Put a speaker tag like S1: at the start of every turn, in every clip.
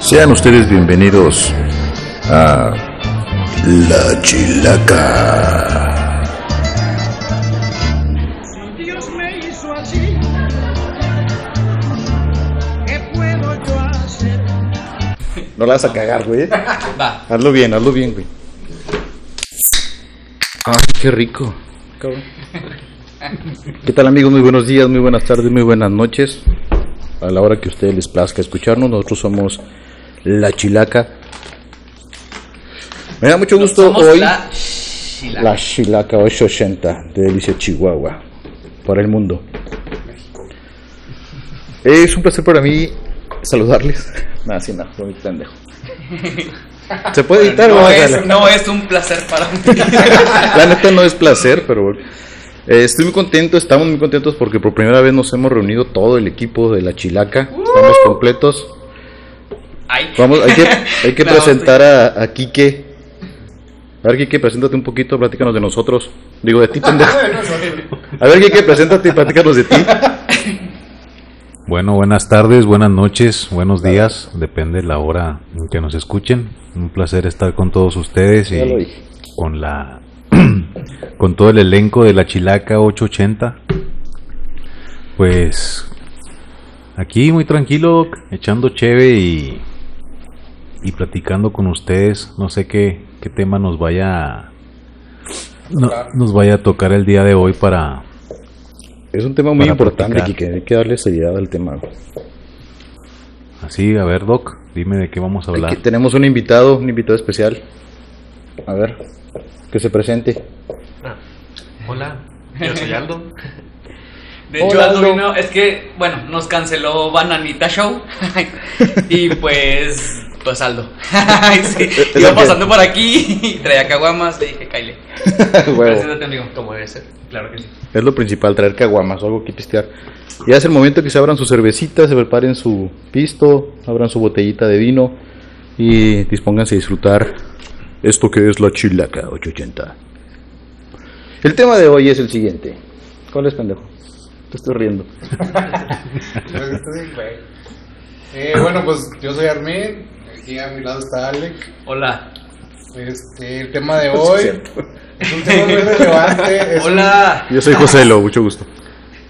S1: Sean ustedes bienvenidos a La Chilaca.
S2: Dios me hizo así. ¿Qué puedo yo hacer?
S3: No la vas a cagar, güey.
S4: Va.
S3: Hazlo bien, hazlo bien, güey. Ay, qué rico. cabrón. ¿Qué tal, amigos? Muy buenos días, muy buenas tardes, muy buenas noches. A la hora que a ustedes les plazca escucharnos, nosotros somos La Chilaca. Me da mucho gusto
S4: Somos
S3: hoy.
S4: la Shila.
S3: La Chilaca 880 de Delicia Chihuahua. Para el mundo. Es un placer para mí saludarles. Nada, sí, no, soy un pendejo. ¿Se puede editar o
S4: no,
S3: vamos a
S4: es,
S3: darle?
S4: no es un placer para mí.
S3: La neta no es placer, pero eh, estoy muy contento, estamos muy contentos porque por primera vez nos hemos reunido todo el equipo de la Chilaca. Estamos completos.
S4: Ay.
S3: Vamos, hay que, hay que
S4: No,
S3: presentar a, a Quique. A ver, Quique, preséntate un poquito, platícanos de nosotros. Digo, de ti, pendejo. A ver, Quique, preséntate y platícanos de ti.
S5: Bueno, buenas tardes, buenas noches, buenos días, depende la hora en que nos escuchen. Un placer estar con todos ustedes
S3: Ya lo
S5: y
S3: dije.
S5: con la con todo el elenco de la Chilaca 880. Pues aquí muy tranquilo, echando cheve y y platicando con ustedes, no sé qué, qué tema nos vaya a- no- nos vaya a tocar el día de hoy para
S3: Es un tema muy
S5: Para
S3: importante,
S5: platicar.
S3: Quique. Hay que darle seriedad al tema.
S5: así, a ver, Doc, dime de qué vamos a hablar.
S3: Aquí tenemos un invitado, un invitado especial. A ver, que se presente.
S6: Hola, yo soy Aldo.
S4: De hecho,
S3: Hola,
S4: Aldo
S3: Aldo.
S4: vino- es que, bueno, nos canceló Bananita Show. y pues, pues Aldo. Sí,
S3: Es
S4: Iba
S3: el que- Oh.
S4: pasando por aquí y traía caguamas. Le dije, Kyle,
S3: Huevo.
S4: preséntate, amigo.
S6: ¿Cómo debe ser? Claro que sí.
S3: Es lo principal, traer caguamas o algo que pistear. Y es el momento que se abran sus cervecitas, se preparen su pisto, abran su botellita de vino y dispónganse a disfrutar esto que es la Chilaca 880. El tema de hoy es el siguiente. ¿Cuál es, pendejo? Te estoy riendo.
S7: Eh, bueno, pues yo soy Armin, aquí a mi lado está Alec.
S4: Hola.
S7: Este, el tema de hoy es un tema muy relevante. Es,
S4: Hola.
S3: Yo soy José Lo, mucho gusto.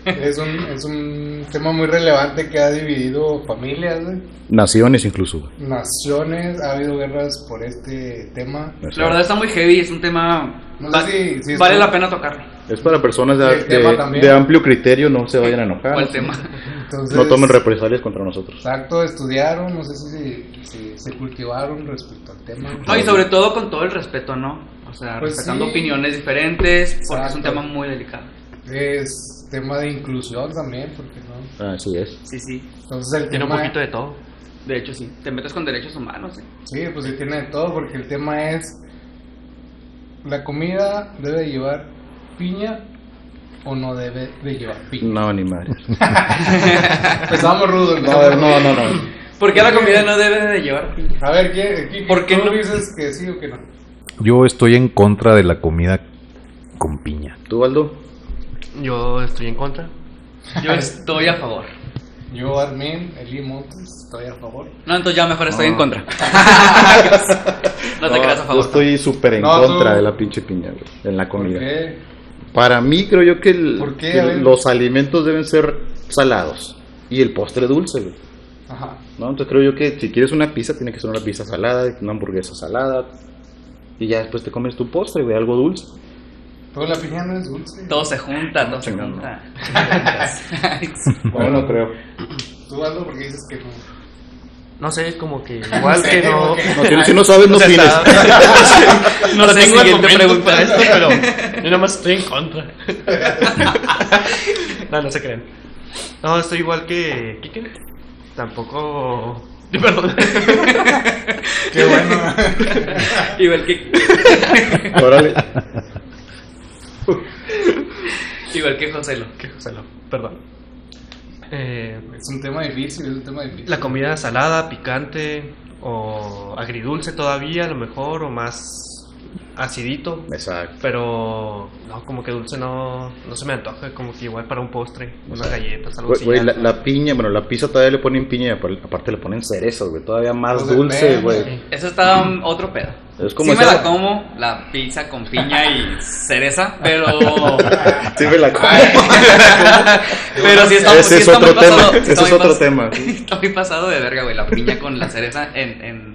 S7: es un, es un tema muy relevante que ha dividido familias, güey,
S3: Naciones incluso. güey.
S7: naciones. Ha habido guerras por este tema.
S4: La verdad está muy heavy. Es un tema.
S7: No sé
S4: va-
S7: si- si
S4: vale
S7: esto-
S4: la pena tocarlo.
S3: Es para personas de,
S7: El tema
S3: de-
S7: también.
S3: de amplio criterio, no se vayan a enojar.
S4: ¿Cuál
S3: no-
S4: tema?
S7: Entonces,
S3: No tomen represalias contra nosotros.
S7: Exacto, estudiaron, no sé si, si se cultivaron respecto al tema.
S4: No, y sobre todo con todo el respeto, ¿no? O sea,
S7: Pues
S4: respetando
S7: sí.
S4: opiniones diferentes, porque es un
S7: Exacto.
S4: tema muy delicado.
S7: Es tema de inclusión también, porque no.
S3: Así Ah, es.
S4: Sí, sí.
S7: Entonces el
S6: Tiene un
S7: tema-
S6: poquito de todo.
S4: De hecho, sí. Te metes con derechos humanos. ¿eh?
S7: Sí, pues sí tiene de todo porque el tema es la comida debe llevar piña o no debe de llevar piña.
S3: No, ni madre.
S7: Empezamos rudo.
S3: No, no, no. no.
S4: ¿Por qué la comida no debe de llevar piña?
S7: A ver, ¿qué, qué,
S4: ¿Por qué
S7: tú
S4: no?
S7: dices que sí o que no?
S5: Yo estoy en contra de la comida con piña.
S3: ¿Tú, Aldo?
S6: Yo estoy en contra.
S4: Yo estoy a favor.
S7: Yo, Armin, Eli Montes, estoy a favor.
S4: No, entonces ya mejor estoy en contra. no te creas a
S3: Yo
S4: favor.
S3: estoy súper en
S7: No, tú-
S3: contra de la pinche piña, güey, en la
S7: ¿Por
S3: comida.
S7: qué?
S3: Para mí, creo yo que, el-
S7: ¿Por qué?
S3: que
S7: A ver.
S3: los alimentos deben ser salados y el postre dulce, güey.
S7: Ajá.
S3: ¿no? Entonces creo yo que si quieres una pizza, tiene que ser una pizza salada, una hamburguesa salada. Y ya después te comes tu postre, güey, algo dulce.
S7: Pero la piña no es dulce.
S4: Todo se junta, todo se
S3: Chingón,
S4: junta.
S3: Bueno, no creo.
S7: Tú, Aldo, porque dices que no.
S6: No sé, es como que igual que no.
S3: No, tienes- si no sabes, no
S6: O sea,
S3: tienes.
S6: está- no
S4: No
S6: sé
S4: tengo
S6: siguiente
S4: argumentos
S6: pregunta
S4: para
S6: para esto, pero yo nomás estoy en contra. no, no se crean. No, estoy igual que Kike. Tampoco. Perdón.
S7: Qué bueno.
S4: Igual que,
S3: Órale.
S4: igual que Joselo.
S6: Que José lo- Perdón. Eh,
S7: es un tema difícil, es un tema difícil.
S6: La comida salada, picante o agridulce todavía, a lo mejor, o más acidito,
S3: Exacto.
S6: pero no, como que dulce no, no se me antoja, como que igual para un postre, unas galletas, algo así.
S3: Güey, la, la piña, bueno, la pizza todavía le ponen piña y apar- aparte le ponen cerezas, güey. Todavía más
S7: Pues de
S3: dulce,
S7: pedo,
S3: güey.
S7: sí.
S4: Eso está um, otro pedo.
S3: Es como
S4: sí me
S3: esa-
S4: la como, la pizza con piña y cereza, pero...
S3: Sí, me la como.
S4: pero si está,
S3: Ese
S4: sí
S3: es
S4: está muy
S3: otro tema,
S4: pasado. sí
S3: ese
S4: está
S3: es
S4: muy
S3: otro
S4: pas-
S3: tema.
S4: Está muy pasado de verga, güey, la piña con la cereza en... en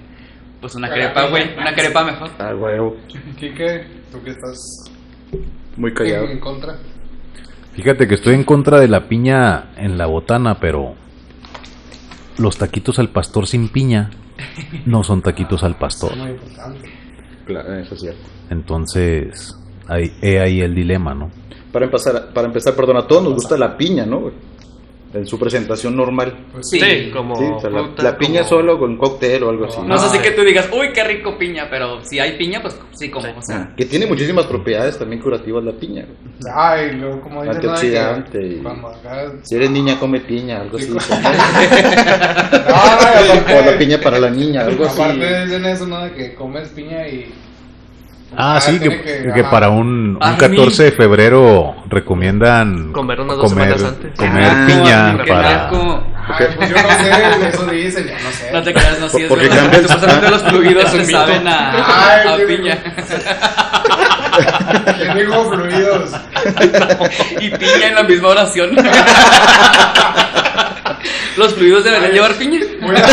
S4: pues una
S7: Para la
S4: crepa,
S6: eh,
S4: güey.
S7: piña.
S4: Una crepa mejor.
S3: Ah, huevo.
S7: Quique, tú que estás
S3: Muy callado.
S7: en contra.
S5: Fíjate que estoy en contra de la piña en la botana, pero los taquitos al pastor sin piña no son taquitos al pastor.
S7: Es muy importante.
S3: Claro, eh, eso es cierto.
S5: Entonces, ahí, he ahí el dilema, ¿no?
S3: Para empezar, para empezar, perdón, a todos nos gusta la piña, ¿no, güey? En su presentación normal.
S7: Pues
S6: Sí, como
S3: Sí, o sea, la,
S6: fruta,
S3: la piña
S6: como-
S3: solo con cóctel o algo así.
S4: No es así
S6: sí.
S4: que tú digas, uy, qué rico piña, pero si hay piña, pues sí como.
S6: Sí.
S4: O sea,
S3: Ah, que tiene muchísimas propiedades también curativas la piña. güey.
S7: Pues, Ay, luego
S3: Ah,
S7: como dices, ¿no? De que
S3: Antioxidante y-
S7: Cuando acá...
S3: Si eres niña, come piña, algo así.
S7: Sí, Ah,
S3: O
S7: Ay,
S3: la piña para la niña, algo así.
S7: Aparte dicen eso, ¿no? De que comes piña y...
S5: Ah,
S7: Ah,
S5: sí, que,
S7: tiene que-
S5: que, para un, un
S4: Ay,
S5: 14 de febrero recomiendan
S6: Ah, Comer unas dos
S5: comer,
S6: semanas antes.
S5: comer
S4: Ah,
S5: piña
S4: qué
S5: para...
S4: naco.
S7: Ay, pues yo no sé, güey, eso dicen, yo no sé.
S4: No te creas, no, si es
S3: Porque
S4: verdad.
S3: cambian-
S4: Supuestamente los fluidos
S6: Es un
S4: se
S6: mito.
S4: saben a,
S7: Ay,
S4: a
S7: qué
S4: piña.
S7: ¿Quién dijo fluidos?
S4: y piña en la misma oración. los fluidos deberían llevar piña.
S7: Voy a-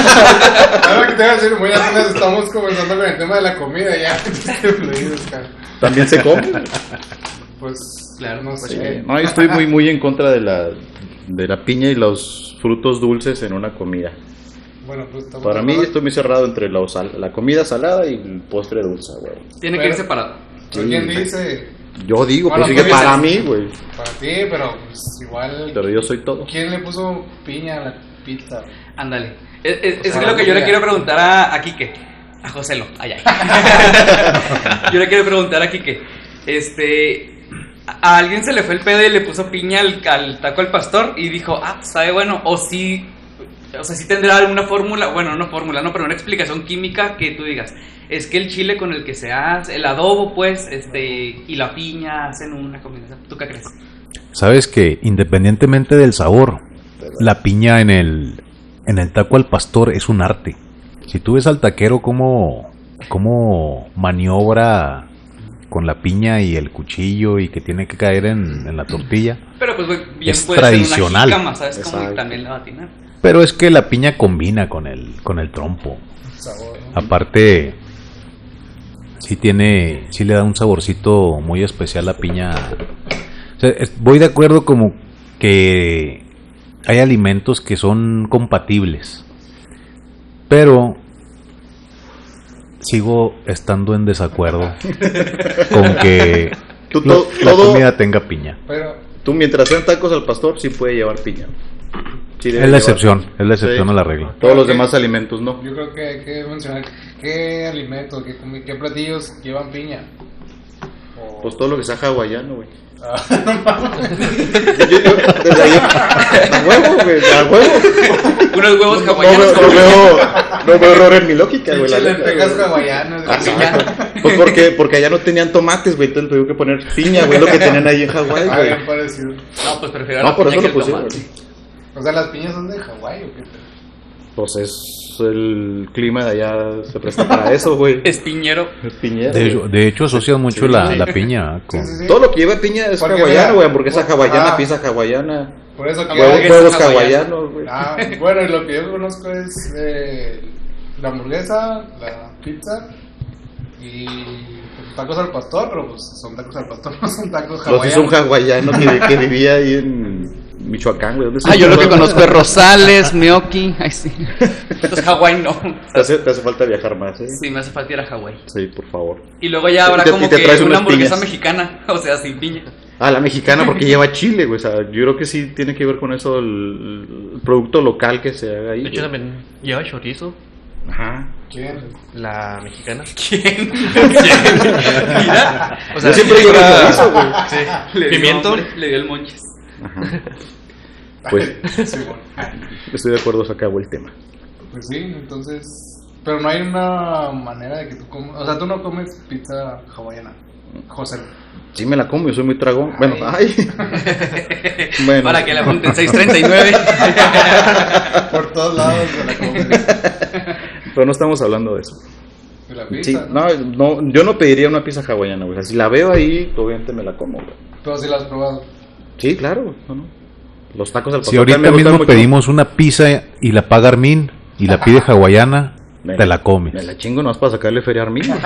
S7: Ahora que te voy a decir, muy apenas estamos conversando con el tema de la comida ya. Este fluidos, cara.
S3: También se come.
S7: Pues,
S4: Claro,
S7: no
S4: pues
S7: sé.
S3: Sí, No, yo estoy muy, muy en contra de la, de la piña y los frutos dulces en una comida.
S7: Bueno, pues estamos
S3: Para mí
S7: hablando-
S3: estoy muy cerrado entre la, sal- la comida salada y el postre dulce, güey.
S4: Tiene que
S7: Pero-
S4: ir separado.
S7: Pues, ¿Quién dice?
S3: Yo digo,
S7: Bueno,
S3: pues
S7: tú
S3: que
S7: dices-
S3: para mí, güey.
S7: Para ti, pero pues, igual.
S3: Pero yo soy todo.
S7: ¿Quién le puso piña a la pizza?
S4: Ándale. Es, es- es
S7: sea,
S4: lo que yo le
S7: mira.
S4: quiero preguntar a, a Quique. A Joselo. Ay, ay. yo le quiero preguntar a Quique. Este. A a alguien se le fue el pedo y le puso piña al, al taco al pastor y dijo, ah, sabe bueno. O sí. O sea, sí tendrá alguna fórmula. Bueno, no fórmula, no, pero una explicación química que tú digas. Es que el chile con el que se hace, el adobo, pues, este, y la piña hacen una combinación. ¿Tú qué crees?
S5: Sabes que independientemente del sabor, la piña en el, en el taco al pastor es un arte. Si tú ves al taquero cómo, cómo maniobra con la piña y el cuchillo y que tiene que caer en, en la tortilla,
S4: Pero pues, güey, bien
S5: Es
S4: puede
S5: tradicional.
S4: ser una jícama, ¿sabes? Como
S3: Exacto.
S4: también la va a atinar.
S5: pero es que la piña combina con el, con el trompo.
S7: Sabor. ¿no?
S5: Aparte, sí tiene, sí le da un saborcito muy especial la piña. O sea, es- voy de acuerdo como que hay alimentos que son compatibles, pero sigo estando en desacuerdo con que
S3: Tú
S5: lo-
S3: to-
S5: la
S3: todo-
S5: comida tenga piña.
S7: Pero,
S3: Tú mientras sean tacos al pastor, sí puede llevar piña. Sí debe
S5: Es la
S3: llevar.
S5: excepción, es la excepción
S3: Sí.
S5: a la regla.
S3: Todos los demás alimentos no.
S7: yo creo que hay que mencionar qué alimentos, qué, comi- qué platillos llevan piña. O-
S3: Pues todo lo que sea hawaiano, güey.
S4: Ah.
S3: Yo- yo- desde ahí- a huevo, güey, a huevo.
S4: Unos huevos
S3: No
S4: hawaianos
S3: veo, no
S4: con
S3: veo, no veo error en mi lógica, güey. la
S7: Pinche
S3: neta,
S7: lentejas
S3: güey.
S7: hawaianas. güey.
S3: Pues porque, porque allá no tenían tomates, güey, entonces tuvieron que poner piña, güey, lo que tenían ahí en Hawái,
S7: Ah, bien
S3: güey.
S7: parecido.
S4: No, pues prefiero
S3: No,
S4: la
S3: por
S4: piña
S3: eso
S4: que
S3: lo
S4: el
S3: pusieron.
S4: tomate.
S3: güey.
S7: O sea, las piñas son de Hawái o qué?
S3: Pues es el clima de allá se presta para eso, güey.
S4: Es piñero.
S3: Es piñera.
S5: De hecho, de hecho asocian mucho la, la piña con...
S7: Sí, sí, sí.
S3: Todo lo que lleva piña es
S7: Porque
S3: hawaiano,
S7: mira,
S3: güey, hamburguesa
S7: ah,
S3: hawaiana, pizza hawaiana,
S7: Por eso que.
S3: huevos,
S4: hamburguesa
S3: huevos
S4: hawaiana.
S3: hawaianos, güey.
S7: Ah, bueno, y lo que yo conozco es eh, la hamburguesa, la pizza y pues, tacos al pastor, pero pues son tacos al pastor, no son tacos
S3: Los
S7: hawaianos.
S3: hizo Pues, un hawaiano que, que vivía ahí en Michoacán, güey. ¿dónde se
S4: Ah,
S3: llama?
S4: es Rosales, Meoki. Ay, sí. Los Hawái no.
S3: Te hace, te hace falta viajar más, ¿eh? Sí,
S4: Sí, me hace falta ir a Hawái.
S3: por favor.
S4: Y luego ya
S3: Y
S4: habrá
S3: te- y
S4: como
S3: te
S4: que
S3: traes
S4: una
S3: unas
S4: hamburguesa
S3: piñas.
S4: mexicana. O sea, sin piña.
S3: Ah, la mexicana porque lleva chile, güey. O sea, yo creo que sí tiene que ver con eso el, el producto local que se haga ahí.
S6: De hecho,
S3: güey.
S6: también lleva chorizo,
S3: Ajá.
S7: ¿Quién?
S6: la mexicana.
S4: ¿Quién? ¿Quién? Mira.
S6: O
S3: Yo siempre digo
S6: lleva-
S3: chorizo, güey.
S6: Sí.
S4: Le dio
S6: Pimiento.
S4: hambre, Le dio el monches.
S3: Ajá. Pues
S7: Sí, bueno.
S3: estoy de acuerdo, se acabó el tema.
S7: Pues sí, entonces Pero no hay una manera de que tú comas. O sea, tú no comes pizza hawaiana. José.
S3: Sí me la como, yo soy muy tragón. Bueno, ay. Bueno.
S4: Para que la apunten 639.
S7: Por todos lados de la comes.
S3: Pero no estamos hablando de eso.
S7: De la
S3: Sí,
S7: pizza. ¿no?
S3: no, no, yo no pediría una pizza hawaiana, güey. O sea, si la veo ahí, obviamente me la como, güey.
S7: Pero si la has probado.
S3: Sí, claro, güey, no, no. Los tacos al pastor
S5: Si ahorita
S3: también me gustan
S5: mismo
S3: mucho.
S5: pedimos una pizza y la paga Armin y la pide hawaiana,
S3: Me
S5: te la comes.
S3: Me la chingo nomás para sacarle feria a Armin.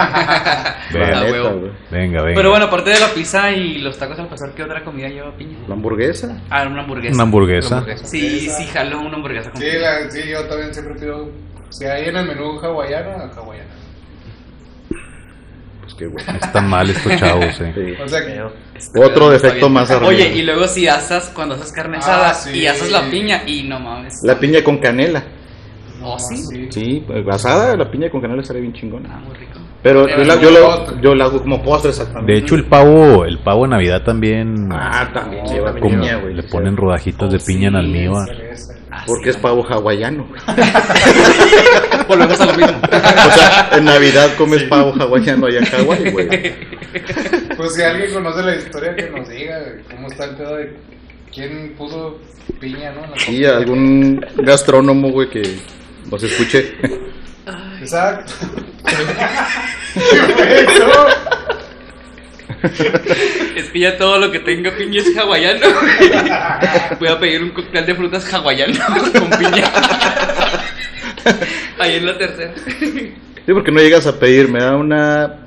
S4: Ah,
S5: Venga,
S3: La neta,
S4: huevo.
S3: güey.
S5: venga, venga.
S4: Pero bueno, aparte de la pizza y los tacos al pastor, ¿qué otra comida lleva piña?
S3: La hamburguesa.
S4: Ah, una hamburguesa.
S5: una hamburguesa.
S4: Sí, sí, jaló una hamburguesa con
S7: Sí, la- sí, yo también siempre pido. Si hay en el menú hawaiana, hawaiana.
S3: Pues qué güey.
S5: Están mal estos chavos, eh.
S3: Sí.
S7: O sea, que.
S3: Otro
S4: Está
S3: defecto
S4: bien.
S3: más arriba.
S4: Oye, y luego si asas, cuando haces carne
S7: Ah,
S4: asada
S7: sí.
S4: y asas la piña, y no mames.
S3: La piña con canela.
S4: Oh, sí.
S3: Sí, pues, asada, la piña con canela estaría bien chingona.
S4: Ah, muy rico.
S3: Pero
S7: Pero
S3: yo la,
S7: como
S3: yo, la,
S7: postre.
S3: yo la hago como postre, exactamente.
S5: De hecho, el pavo, el pavo de Navidad también
S3: Ah, también lleva
S5: como
S3: piña, güey.
S5: le ponen rodajitas de piña en almíbar.
S4: Ah,
S3: Porque
S4: sí,
S3: es pavo hawaiano. güey.
S4: no. Volvemos a lo mismo.
S3: O sea, en Navidad comes pavo hawaiano allá en Hawái, güey.
S7: Pues si alguien conoce la historia, que nos diga cómo está el pedo de quién puso piña, ¿no? En la
S3: Sí, algún gastrónomo, güey, que nos escuche.
S7: comida. Exacto. Perfecto.
S4: Es que ya todo lo que tengo piña es hawaiano. Voy a pedir un cóctel de frutas hawaiano con piña. Ahí en la tercera.
S3: Sí, porque no llegas a pedir, me da una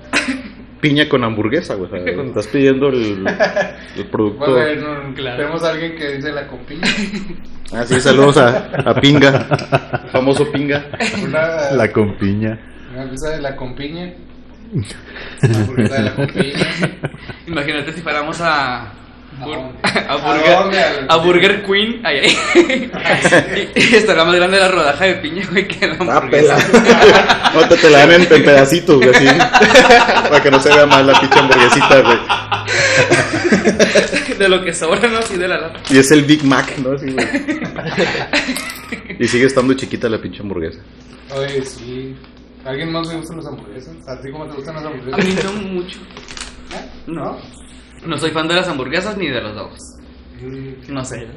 S3: piña con hamburguesa, güey. o sea, estás pidiendo el, el producto.
S7: Bueno,
S4: Claro.
S7: tenemos a alguien que dice la con piña.
S3: Ah, sí, saludos a, a Pinga, famoso Pinga.
S7: Una,
S5: La con piña.
S7: una pizza de la con piña. Una hamburguesa de la con piña.
S4: Imagínate si fuéramos a. Bur- a,
S7: ¿A dónde?
S4: Burger,
S7: Al-
S4: a Burger Queen. Ay, ay. Y Estará más grande la rodaja de piña, güey, que la
S3: Ah,
S4: hamburguesa.
S3: pela. No, te, te la dan en, en pedacitos, güey, así. Para que no se vea más la pinche hamburguesita, güey.
S4: De lo que sobra, ¿no? Así de la lata.
S3: Y es el Big Mac, ¿no? Así, güey. Y sigue estando chiquita la pinche hamburguesa.
S7: Oye, sí. ¿A alguien más le gustan las hamburguesas? ¿A ti cómo te gustan las
S4: A mí
S7: hamburguesas?
S4: no mucho.
S7: ¿Eh? ¿No?
S4: No soy fan de las hamburguesas ni de los dogs.
S7: Mm,
S4: No sé.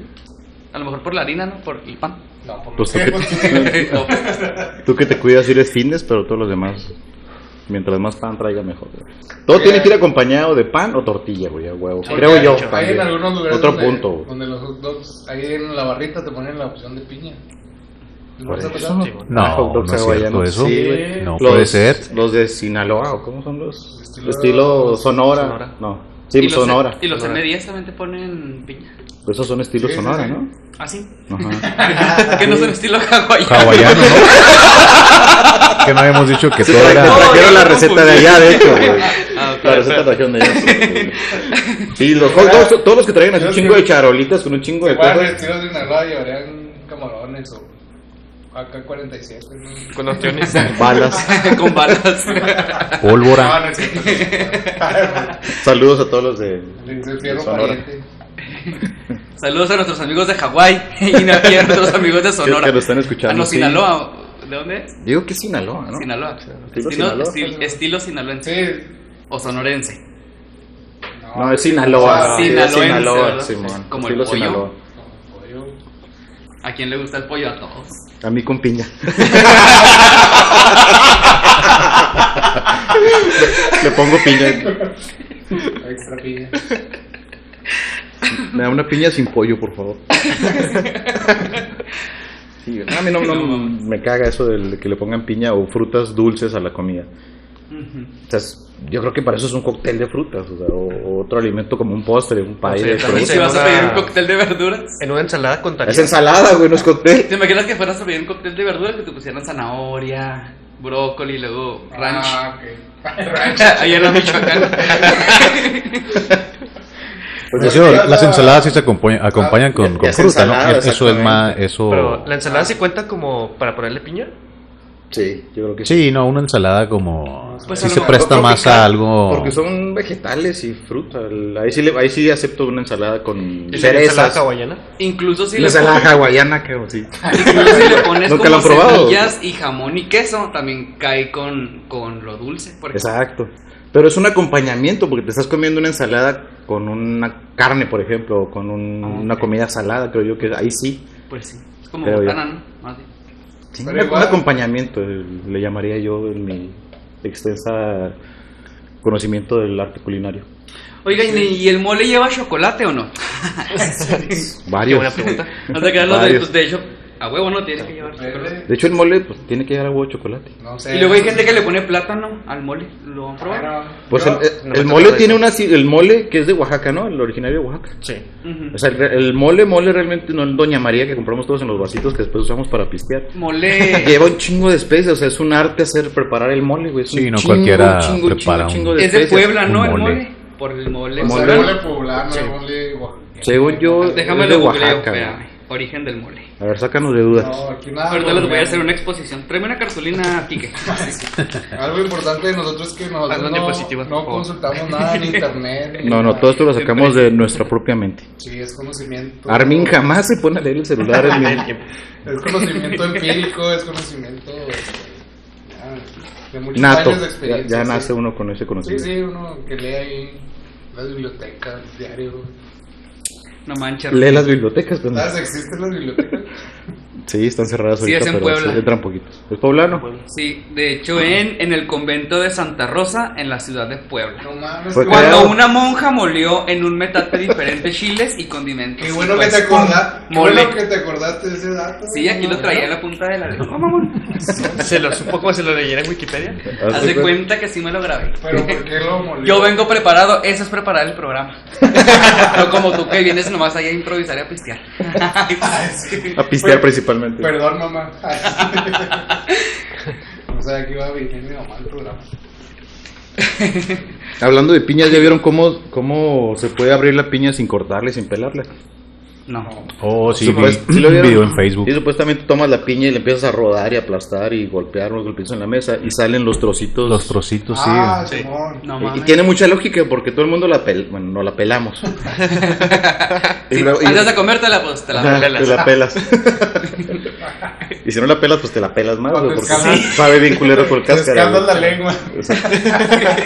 S4: A lo mejor por la harina, ¿no? Por el pan.
S7: No, por
S3: Pues tú
S7: qué?
S3: que,
S4: No.
S3: tú que te cuidas y eres fitness, pero todos los demás, mientras más pan traiga, mejor. güey. Todo tiene que ir acompañado de pan o tortilla, güey, a huevo. Creo yo.
S7: Hay en
S3: también.
S7: algunos lugares
S3: Otro
S7: donde,
S3: punto. güey.
S7: donde los hot dogs, ahí en la barrita te ponen la opción de piña. ¿No
S3: Por
S7: les ha
S3: eso.
S7: pasado?
S3: Ah,
S5: No,
S3: hot
S5: no
S3: dogs
S5: es cierto
S3: hawaianos.
S5: eso.
S3: Sí, güey.
S5: No puede ser.
S3: Los de Sinaloa, ¿o cómo son los? Estilo,
S7: Estilo-
S3: Sonora.
S6: Sonora.
S3: No. Sí, pues
S4: y los, e-
S3: Sonora.
S4: y los M10 también te ponen piña.
S3: Esos son estilo
S7: Sí, sí,
S3: Sonora,
S7: ¿Ah, sí.
S3: ¿no?
S4: Así.
S3: Ajá. Ah,
S4: que no son estilo hawaiano.
S5: Hawaiano, ¿no? que no habíamos dicho que todo
S3: Traje-
S5: era.
S3: trajeron
S4: ya
S3: la
S4: me
S3: receta de
S4: confundí.
S3: allá, de hecho, güey.
S4: Ah, ok.
S3: La receta trajeron de allá. güey. Sí, los hot dogs, todos los que traen así un
S7: Yo sí.
S3: chingo de charolitas con un chingo de
S7: Igual
S3: cosas.
S7: vestidos de Sinaloa llevarían camarones o AK-47. ¿no?
S6: Con opciones.
S4: este.
S3: Balas.
S4: Con balas.
S7: Ah,
S5: Pólvora.
S7: no es cierto, no es cierto.
S3: Saludos a todos los de.
S7: Le dice fierro
S3: Sonora.
S7: pariente.
S4: Saludos a nuestros amigos de Hawái y na- y a nuestros amigos de Sonora.
S3: Que- que nos están escuchando,
S4: Ah, no,
S3: sí.
S4: Sinaloa. ¿De dónde es?
S3: Digo que es Sinaloa, ¿no?
S4: Sinaloa.
S3: Estilo
S4: Estilo,
S3: Sinaloa.
S4: estil- estilo sinaloense
S7: Sí.
S4: o sonorense.
S3: No, es Sinaloa.
S7: Ah,
S3: sí, es
S4: sinaloense,
S3: Sinaloa,
S4: ¿verdad?
S3: Simón.
S4: Como el
S3: Estilo
S4: pollo.
S3: Sinaloa.
S7: Pollo.
S4: ¿A quién le gusta el pollo? A todos.
S3: A mí con piña. Le pongo piña.
S7: Extra piña.
S3: Me da una piña sin pollo, por favor. Sí, a mí no, no, me caga eso de que le pongan piña o frutas dulces a la comida.
S4: Ujú.
S3: O sea, es- yo creo que para eso es un cóctel de frutas, o, sea, o- o otro alimento como un postre, un pay de
S6: O sea, también
S3: frutas.
S4: También si
S6: se
S4: vas a
S6: una-
S4: pedir un cóctel de verduras.
S6: En una ensalada con
S3: Es
S6: tarías.
S3: ensalada, güey, no es cóctel.
S4: ¿Te imaginas que fueras a pedir un cóctel de verduras que te pusieran zanahoria, brócoli y luego ranch?
S7: Ah, ok.
S4: Ahí en la Michoacán.
S5: Pues eso, las ensaladas sí se acompañan, acompañan con,
S3: Ah, Ya
S5: con
S3: es
S5: fruta, ¿no?
S3: ensalada,
S5: Eso es
S3: exactamente.
S5: más. Eso...
S6: Pero la ensalada se cuenta como para ponerle piña.
S3: Sí, yo creo que
S5: Sí, no, una ensalada como...
S4: Pues
S5: sí
S4: a lo
S5: se
S4: mejor
S5: presta más a
S3: tropical,
S5: algo...
S3: Porque son vegetales y fruta. el- Ahí sí, le- ahí sí acepto una ensalada con
S6: ¿Y sería ensalada
S3: cerezas.
S6: hawaiana?
S4: Incluso si
S3: Una
S4: le
S3: ensalada
S4: pones,
S3: hawaiana, que sí.
S4: incluso si le pones
S3: Nunca lo
S4: como
S3: han probado.
S4: semillas y jamón y queso, también cae con, con lo dulce. Por ejemplo.
S3: Exacto. Pero es un acompañamiento, porque te estás comiendo una ensalada con una carne, por ejemplo, o con un-
S4: Ah,
S3: una
S4: ok.
S3: comida salada, creo yo que ahí sí.
S4: Pues sí, es como
S3: Pero ya.
S4: botana, ¿no? Más bien.
S3: Sí,
S7: Pero
S3: un- un
S7: igual-
S3: acompañamiento, el- le llamaría yo en mi extensa conocimiento del arte culinario.
S4: Oigan, ¿y- ¿y el mole lleva chocolate o no?
S3: Varios.
S6: buena pregunta.
S4: No te creas, los de,
S3: Varios.
S4: pues, de hecho, a huevo no tiene que llevar chocolate.
S7: Verde,
S3: De hecho, el mole pues, tiene que llevar agua de chocolate.
S7: No sé.
S4: Y luego hay gente que le pone plátano al mole, ¿lo han probado?
S3: Pues el, el-
S6: no me
S3: el
S6: tocó
S3: mole
S6: eso.
S3: tiene una. si- El mole que es de Oaxaca, ¿no? El originario de Oaxaca.
S6: Sí.
S4: Ujú.
S3: O sea, el, el mole, mole realmente no es Doña María que compramos todos en los vasitos que después usamos para pistear.
S4: Mole.
S3: Lleva un chingo de especias, o sea, es un arte hacer preparar el mole, güey. Es un
S5: Sí, no
S3: chingo,
S5: cualquiera
S3: un chingo, un
S5: prepara
S3: chingo,
S5: un-
S3: chingo de
S4: Es de
S3: especias.
S4: Puebla,
S5: un
S4: ¿no? El
S5: mole.
S4: mole. Por el mole.
S7: O sea,
S3: Mole.
S7: el mole poblano, el mole oaxaqueño.
S3: Según yo,
S4: Déjame
S3: es de
S4: lo googleo,
S3: Oaxaca. Ah,
S4: espérame.
S3: güey.
S4: Origen del mole.
S3: A ver, sácanos de dudas.
S7: No, aquí nada.
S4: Ahorita les voy a
S7: colombiano.
S4: hacer una exposición. Tráeme una cartulina, Quique.
S7: Algo importante de nosotros es que
S6: Hazlo
S7: nosotros
S6: diapositiva,
S7: no,
S6: por
S7: no
S6: favor.
S7: consultamos nada en internet. ni
S3: No, no,
S7: nada.
S3: todo esto lo sacamos de nuestra propia mente.
S7: Sí, es conocimiento.
S3: Armin jamás se pone a leer el celular en mi-
S7: Es conocimiento empírico, es conocimiento. este, ya, de muchos
S3: Nato.
S7: años de
S3: Ya,
S7: experiencia.
S3: ya
S7: sí.
S3: nace uno con ese
S7: Sí,
S3: conocimiento.
S7: sí, uno que lee ahí las bibliotecas, diario.
S3: Pues
S4: No manches.
S3: Lee las bibliotecas, pues,
S7: ¿Sabes? ¿Existen las bibliotecas?
S3: Sí, están cerradas
S4: Sí,
S3: ahorita,
S4: es en
S3: pero
S4: Puebla.
S3: sí entran poquitos. ¿Es poblano?
S4: Sí, de hecho
S3: Ah.
S4: en, en el convento de Santa Rosa, en la ciudad de Puebla.
S7: No mames.
S3: Fue
S7: qué
S4: Cuando
S3: creado-
S4: una monja molió en un metate diferentes chiles y condimentos.
S7: Qué bueno
S4: Y
S7: que
S4: pues,
S7: te acordaste. Qué
S4: Mole.
S7: bueno que te acordaste de ese dato.
S4: Sí, aquí lo traía en la punta de la lengua, mamón.
S6: ¿Se lo supo como se lo leyera en Wikipedia?
S3: Haz
S4: Haz
S3: de
S4: de cuenta que sí me lo grabé.
S7: Pero ¿por qué lo molió?
S4: Yo vengo preparado, eso es preparar el programa. no como tú que vienes nomás ahí a improvisar y a pistear.
S3: A pistear
S7: Fue-
S3: principalmente.
S7: Perdón, mamá. o sea, aquí va a venir mi mamá al programa.
S3: Hablando de piñas, ¿ya vieron cómo, cómo se puede abrir la piña sin cortarla y sin pelarla?
S4: no.
S5: Oh, sí, vi
S3: Supuest- ¿sí lo
S5: un
S3: vieron?
S5: video en Facebook.
S3: Y supuestamente tomas la piña y le empiezas a rodar y aplastar y golpear unos golpecitos en la mesa y salen los trocitos.
S5: Los trocitos, sí.
S7: ah,
S6: sí.
S7: Simón.
S4: No
S3: Y- y,
S4: mames.
S3: tiene mucha lógica porque todo el mundo la pel bueno, no la pelamos.
S4: Sí,
S3: y luego- y-
S4: antes de comértela, pues te la
S3: Ajá,
S4: pelas.
S3: te la pelas. y si no la pelas, pues te la pelas más,
S7: Cuando
S3: güey, porque
S7: escalas-
S3: sabe bien culero con
S7: Te
S3: cáscara.
S7: escaldas
S3: güey.
S7: la lengua.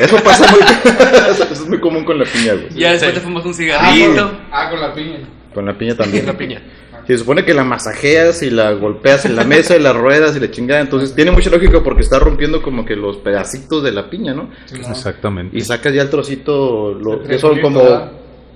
S3: Eso pasa muy, eso es muy común con la piña, güey.
S4: Ya después te fumas un cigarrito.
S7: Ah, con la piña.
S3: Con la piña también.
S6: La piña.
S3: Se supone que la masajeas y la golpeas en la mesa y las ruedas y la chingada. Entonces tiene mucha lógica porque está rompiendo como que los pedacitos de la piña, ¿no?
S7: Simón.
S5: Exactamente.
S3: Y sacas ya el trocito, lo,
S7: El
S3: que son como.
S7: triangulito, ¿verdad?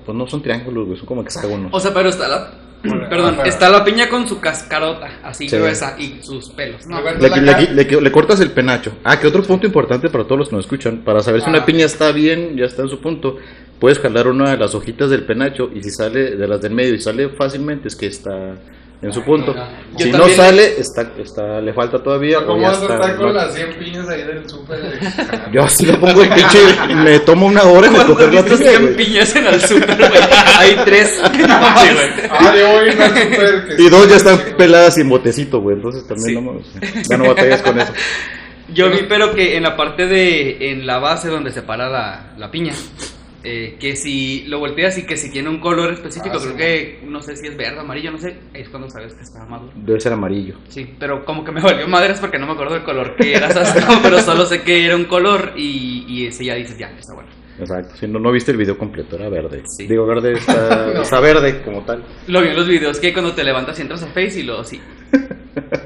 S3: Pues no son triángulos, güey, son como hexágonos.
S4: O sea, pero está la. Perdón,
S7: Bueno.
S4: está la piña con su cascarota, así
S3: Sí.
S4: gruesa, y sus pelos. No,
S7: Igual.
S3: le, le- le- le cortas el penacho. Ah, que otro punto importante para todos los que nos escuchan, para saber si una
S7: Ah.
S3: piña está bien, ya está en su punto, puedes jalar una de las hojitas del penacho y si sale de las del medio y sale fácilmente es que está en su punto.
S7: mira.
S3: Si
S4: Yo
S3: no
S4: también-
S3: sale, está, está, le falta todavía. o
S7: ¿Cómo
S3: ya
S7: vas a
S3: está
S7: estar con
S3: mal.
S7: las 100 piñas ahí del súper?
S3: Yo sí lo pongo el pinche y me tomo una hora en
S4: Cuando
S3: escoger la
S4: viste
S3: piña,
S4: 100
S3: güey.
S4: pues, piñas en el súper, güey. Hay tres. este,
S7: Ah, yo voy a ir al súper. que
S3: Y dos ya
S7: está-
S3: están peladas sin botecito, güey. Entonces también
S4: Sí.
S3: no, mames, ya no batallas con eso.
S4: Yo vi, pero que en la parte de. En la base donde se para la, la piña. eh, que si lo volteas y que si tiene un color específico,
S7: Ah,
S4: creo
S7: sí.
S4: que no sé si es verde, amarillo, no sé, es cuando sabes que está maduro.
S3: Debe ser amarillo.
S4: Sí, pero como que me valió madres porque no me acuerdo el color que era, ¿sabes? No, pero solo sé que era un color y, y ese ya dices, ya, está bueno.
S3: Exacto. Si no, no viste el video completo, era verde.
S4: Sí.
S3: Digo, verde está, está verde como tal.
S4: Lo vi en los videos que cuando te levantas y entras a Face y luego sí.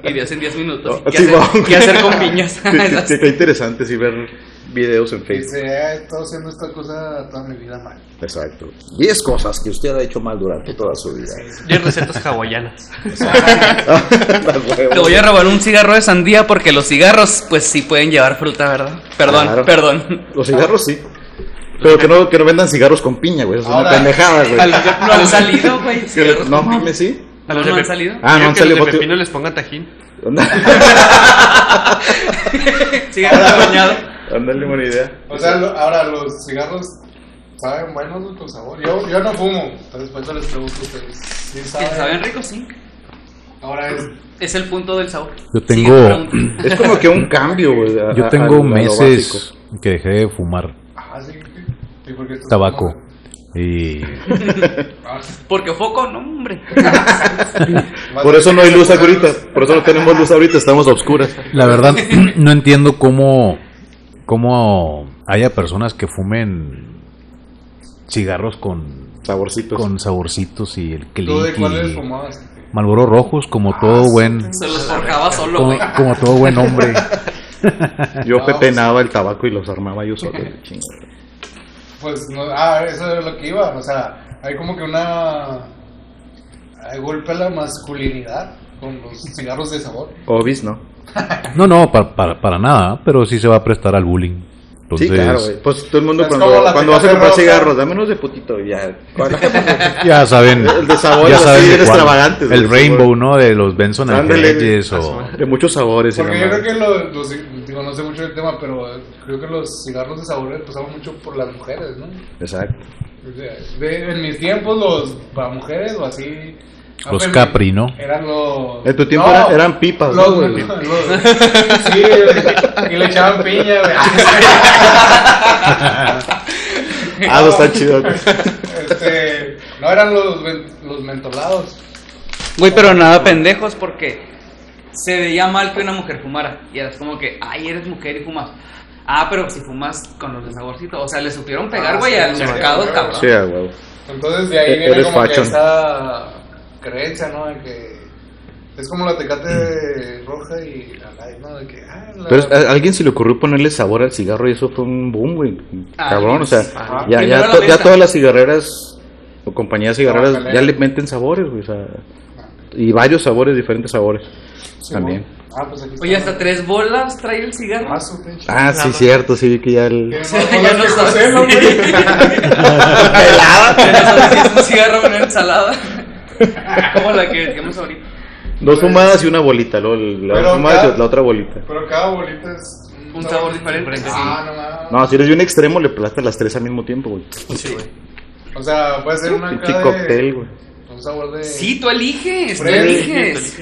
S4: Videos en 10 minutos.
S3: Oh,
S4: ¿Qué,
S3: sí,
S4: hacer,
S3: wow.
S4: ¿Qué hacer con piñas?
S3: Sí, sí, sí, qué interesante sí ver videos en Facebook.
S7: Dice, "Ah, he estado haciendo esta cosa toda mi vida mal.
S3: Exacto. 10 cosas que usted ha hecho mal durante toda su vida.
S6: De recetas hawaianas.
S4: Te voy a robar un cigarro de sandía porque los cigarros, pues sí pueden llevar fruta, ¿verdad? Perdón,
S3: Claro.
S4: perdón.
S3: Los cigarros sí. Pero que no, que no vendan cigarros con piña, güey. Eso es una
S7: Ahora-
S3: pendejada,
S4: A los
S3: güey.
S4: que no han salido, güey.
S3: Que le-
S4: cigarros.
S3: No mames, sí.
S4: ¿A los que no han salido?
S3: Ah, no,
S6: Quiero
S3: han
S6: que los
S3: salido
S6: de
S3: bote-
S6: pepino les pongan tajín.
S3: Ah.
S4: Cigarro bañado.
S3: Ándale, buena idea.
S7: O sea, lo- ahora los cigarros saben buenos güey, con sabor. Yo, yo no fumo. Entonces, por eso les pregunto a ustedes. ¿Sí
S4: Que
S7: saben?
S4: saben ricos, sí.
S7: Ahora es.
S4: Es el punto del sabor.
S5: Yo
S4: Siguiente
S5: tengo,
S4: pregunta.
S3: Es como que un cambio, güey. a-
S5: yo
S3: a-
S5: tengo
S3: a lo
S5: meses
S3: básico.
S5: que dejé de fumar
S7: Ah, sí. sí, porque esto es
S5: tabaco.
S7: como-
S5: Y
S7: Ah,
S4: Porque foco, no, hombre.
S3: Por eso no hay luz ahorita. Por eso no tenemos luz ahorita, estamos a oscuras.
S5: la verdad, no entiendo cómo, cómo haya personas que fumen cigarros con,
S3: Saborcitos.
S5: con saborcitos y el
S7: ¿Tú de
S5: click
S7: cuáles
S5: y
S7: fumabas?
S5: Malboro rojos, como
S7: Ah,
S5: todo buen,
S4: Se los forjaba solo,
S5: como,
S4: güey.
S5: como todo buen hombre.
S3: Yo pepenaba el tabaco y los armaba yo solo. chingada.
S7: Pues no, ah, eso es lo que iba, o sea, hay como que una hay golpe a la masculinidad con los cigarros de sabor.
S3: Obis, ¿no?
S5: No, no, pa- para, para nada, pero sí se va a prestar al bullying. Entonces,
S3: sí, claro, güey. Pues todo el mundo
S7: Es como
S3: cuando,
S7: la
S3: cuando vas a
S7: picante
S3: comprar
S7: roja.
S3: cigarros, dame unos de putito y ya.
S5: ya saben,
S3: El de sabor,
S5: ya
S3: así,
S5: saben de
S3: bien
S5: cuál.
S3: extravagantes,
S5: el
S3: güey, de
S5: Rainbow,
S3: sabor.
S5: ¿no? De los Benson and
S3: Ándale,
S5: Hedges
S3: güey.
S5: o...
S3: De muchos sabores. y la
S7: Porque yo creo
S3: madre.
S7: que los, los- digo, no sé mucho del tema, pero eh, creo que los cigarros de sabor empezaron mucho por las mujeres, ¿no?
S3: Exacto.
S7: O sea, de- en mis tiempos los para mujeres o así
S5: Los
S7: ah, pues,
S5: Capri, ¿no?
S7: Eran los
S3: En tu tiempo era- eran pipas, ¿no,
S7: los-
S3: güey?
S7: los- sí, y le echaban piña, güey.
S3: Ah, no, está chido. güey.
S7: Este, no eran los, men- los mentolados.
S4: Güey, pero nada pendejos porque se veía mal que una mujer fumara. Y eras como que, ay, eres mujer y fumas. Ah, pero si fumas con los de saborcito. O sea, le supieron pegar,
S7: Ah,
S4: güey,
S7: sí,
S4: al
S7: sí,
S4: mercado,
S7: sí,
S4: cabrón.
S3: Sí, a huevo.
S7: Entonces de ahí
S3: E-
S7: viene
S3: eres
S7: como
S3: fashion.
S7: que esa creencia, ¿no? De que es como la tecate roja y la light, ¿no? De que, ah, la-
S3: Pero eh, a a alguien se le ocurrió ponerle sabor al cigarro y eso fue un boom, güey.
S4: Ah,
S3: Cabrón, o sea,
S7: ajá.
S3: ya,
S4: Primero
S3: ya,
S4: la
S3: to-
S4: venta.
S3: ya todas las cigarreras o compañías cigarreras
S7: Tabacalera.
S3: ya le meten sabores, güey. O sea, y varios sabores, diferentes sabores.
S7: sí,
S3: También.
S7: bueno. Ah, pues aquí está.
S4: Oye, hasta tres bolas trae el cigarro.
S7: Ah, su pinche.
S3: Ah, sí, cierto, sí, vi que ya el.
S7: Tiene más
S4: Ya
S7: bolas
S4: no
S7: que
S4: sabes.
S7: José, ¿no, güey?
S4: Ya no sabes si es un cigarro o una ensalada. Como la que hemos ahorita.
S3: Dos fumadas y una bolita, luego el- la
S7: Pero
S3: fumada
S7: acá-
S3: y la otra bolita.
S7: Pero cada bolita es
S4: Un sabor diferente.
S7: Ah, no mames.
S3: No, si eres de un extremo, le aplastas las tres al mismo tiempo, güey.
S7: O sea, puede ser una
S3: Pinche
S7: acá
S3: cóctel,
S7: de,
S3: güey.
S7: un sabor de
S4: Sí, tú eliges, tú
S7: Fresco.
S4: eliges.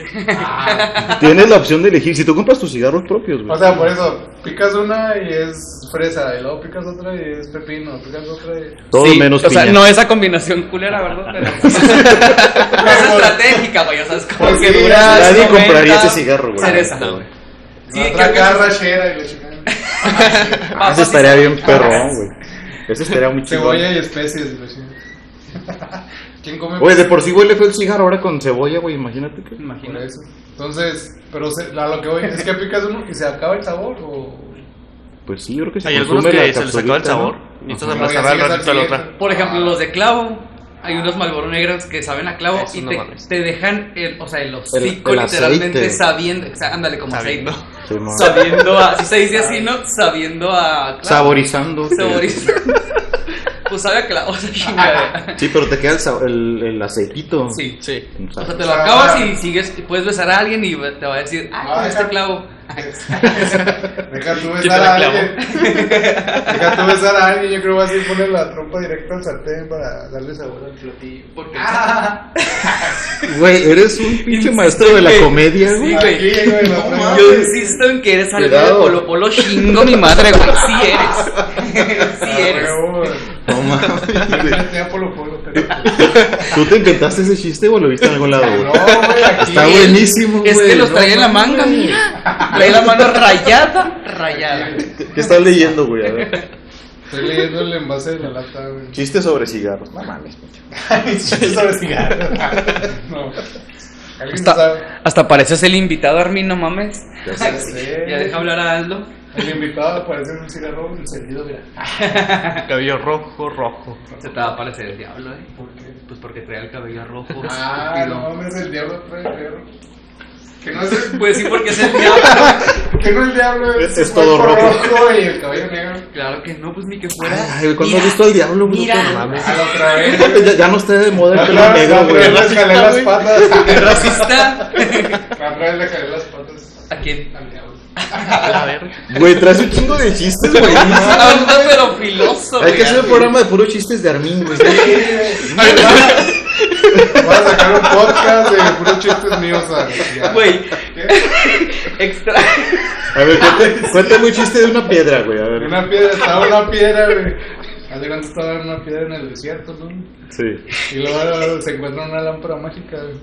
S3: Tienes la opción de elegir. Si tú compras tus cigarros propios, güey.
S7: Ah. O sea, por eso, picas una y es fresa, y luego picas otra y es pepino, picas otra y...
S3: todo
S4: Sí,
S3: menos
S4: O sea,
S3: piña.
S4: no esa combinación culera, ¿verdad? Pero... No es estratégica, güey. O sea, es como
S7: Pues
S4: que
S7: sí,
S4: dura.
S3: nadie
S4: 90
S3: compraría ese cigarro, güey.
S4: Cereza,
S3: No,
S4: güey. Sí,
S7: Sí,
S4: que
S7: otra
S4: acá-
S7: acá rachera y le chican
S3: Ah, ese estaría bien perrón, güey. Ese estaría muy chido.
S7: Cebolla y especies, y le chingan. ¿Quién come
S3: Oye, de por sí huele feo el cigarro ahora con cebolla, güey, imagínate que.
S7: por
S4: Imagino.
S7: eso? Entonces, pero se- a lo que voy es que picas uno y se acaba el sabor o...
S3: Pues sí, yo creo que se
S6: Hay algunos
S3: consume la
S6: que se les acaba el
S3: capsulita,
S6: sabor.
S3: ¿no?
S6: Y
S7: No,
S6: entonces
S7: ya
S6: aplastará al
S7: sigues al
S6: ratito al otro.
S7: siguiente.
S4: Por ejemplo, los de clavo. Hay unos malboro negros que saben a clavo
S6: Eso
S4: y
S6: no
S4: te,
S6: mames.
S4: te dejan el, o sea, el hocico
S3: el
S4: literalmente
S3: aceite.
S4: sabiendo. exa- ándale, como
S6: Sabiendo.
S4: aceite.
S3: Sí, mo-
S4: Sabiendo a. Si se dice así, ¿no? Sabiendo a. Clavo.
S3: Saborizando.
S4: Saboriza. pues sabe a clavo, o sea, chingada.
S3: Sí, pero te queda el, sa- el, el aceitito.
S4: Sí.
S6: Sí.
S3: O
S4: O
S3: sea,
S4: sea, te lo acabas y sigues, y puedes besar a alguien y te va a decir, ah, con este clavo.
S7: Deja tú
S6: Yo
S7: besar
S6: te la
S7: a alguien. Deja tú besar a alguien. Yo creo que vas a ir a poner la trompa directa al sartén para darle sabor al platillo.
S4: Porque
S3: Güey, eres un pinche maestro de la
S4: güey.
S3: comedia,
S4: Sí,
S3: güey.
S4: güey.
S7: Aquí, güey, la trompa.
S4: yo insisto en que eres algo de
S3: Cuidado.
S4: Polo Polo chingo, mi madre, güey. Sí eres. Sí eres.
S3: No mames.
S7: Yo
S3: güey.
S7: tenía polo polo, pero.
S3: ¿Tú te inventaste ese chiste o lo viste en algún lado,
S7: pues, No,
S3: güey?
S7: güey, aquí.
S3: Está buenísimo, güey.
S4: Es que los
S3: no
S4: traía en la
S3: mames.
S4: manga, mira. Traía la mano rayada, rayada.
S3: ¿Qué estás leyendo, güey? A ver.
S7: Estoy leyendo el envase de la lata, güey.
S3: Chiste sobre cigarros. No mames.
S7: Eso es cigarro. No. Alguien sabe.
S4: Hasta, hasta pareces el invitado, Armin, no mames.
S3: Ya
S7: Ya sé.
S4: Ya deja hablar a Aldo.
S7: El invitado aparece en un cigarro encendido, mira.
S6: Cabello rojo, rojo.
S4: Se te va a aparecer el diablo, eh.
S7: ¿Por qué?
S4: Pues porque traía el cabello rojo.
S7: Ah,
S4: estúpido.
S7: no mames, el diablo trae perro. Que no es el,
S4: Pues sí, porque es el diablo.
S7: que no es el diablo,
S3: Es- es todo
S7: cuerpo
S3: rojo.
S7: y el cabello negro.
S4: Claro que no, pues ni que fuera.
S3: Ay, güey, cuando
S4: Mira,
S3: has visto al diablo, güey.
S4: Mira.
S3: No mames.
S7: A la otra vez.
S3: Ya, ya no está de moda
S7: La
S3: el
S7: otra
S3: pelo
S7: vez,
S3: negro,
S7: la otra
S3: güey.
S7: vez le jalé las patas.
S4: ¿Es racista?
S7: La otra vez le jalé las patas
S4: ¿A quién?
S7: al diablo.
S6: A ver.
S3: Güey, traes un chingo de chistes, güey.
S4: Aldo, pero filoso,
S3: Hay que
S4: güey.
S3: hacer un programa de puros chistes de Armin, güey.
S7: Sí, güey. Voy a sacar un podcast de puros chistes míos. ah, ya.
S4: Güey. Extra.
S3: A ver, cuéntame- cuéntame un chiste de una piedra, güey. A ver.
S7: Una piedra, estaba una piedra, güey. Adelante estaba una piedra en el desierto, ¿no?
S3: Sí.
S7: Y luego se encuentra una lámpara mágica, güey.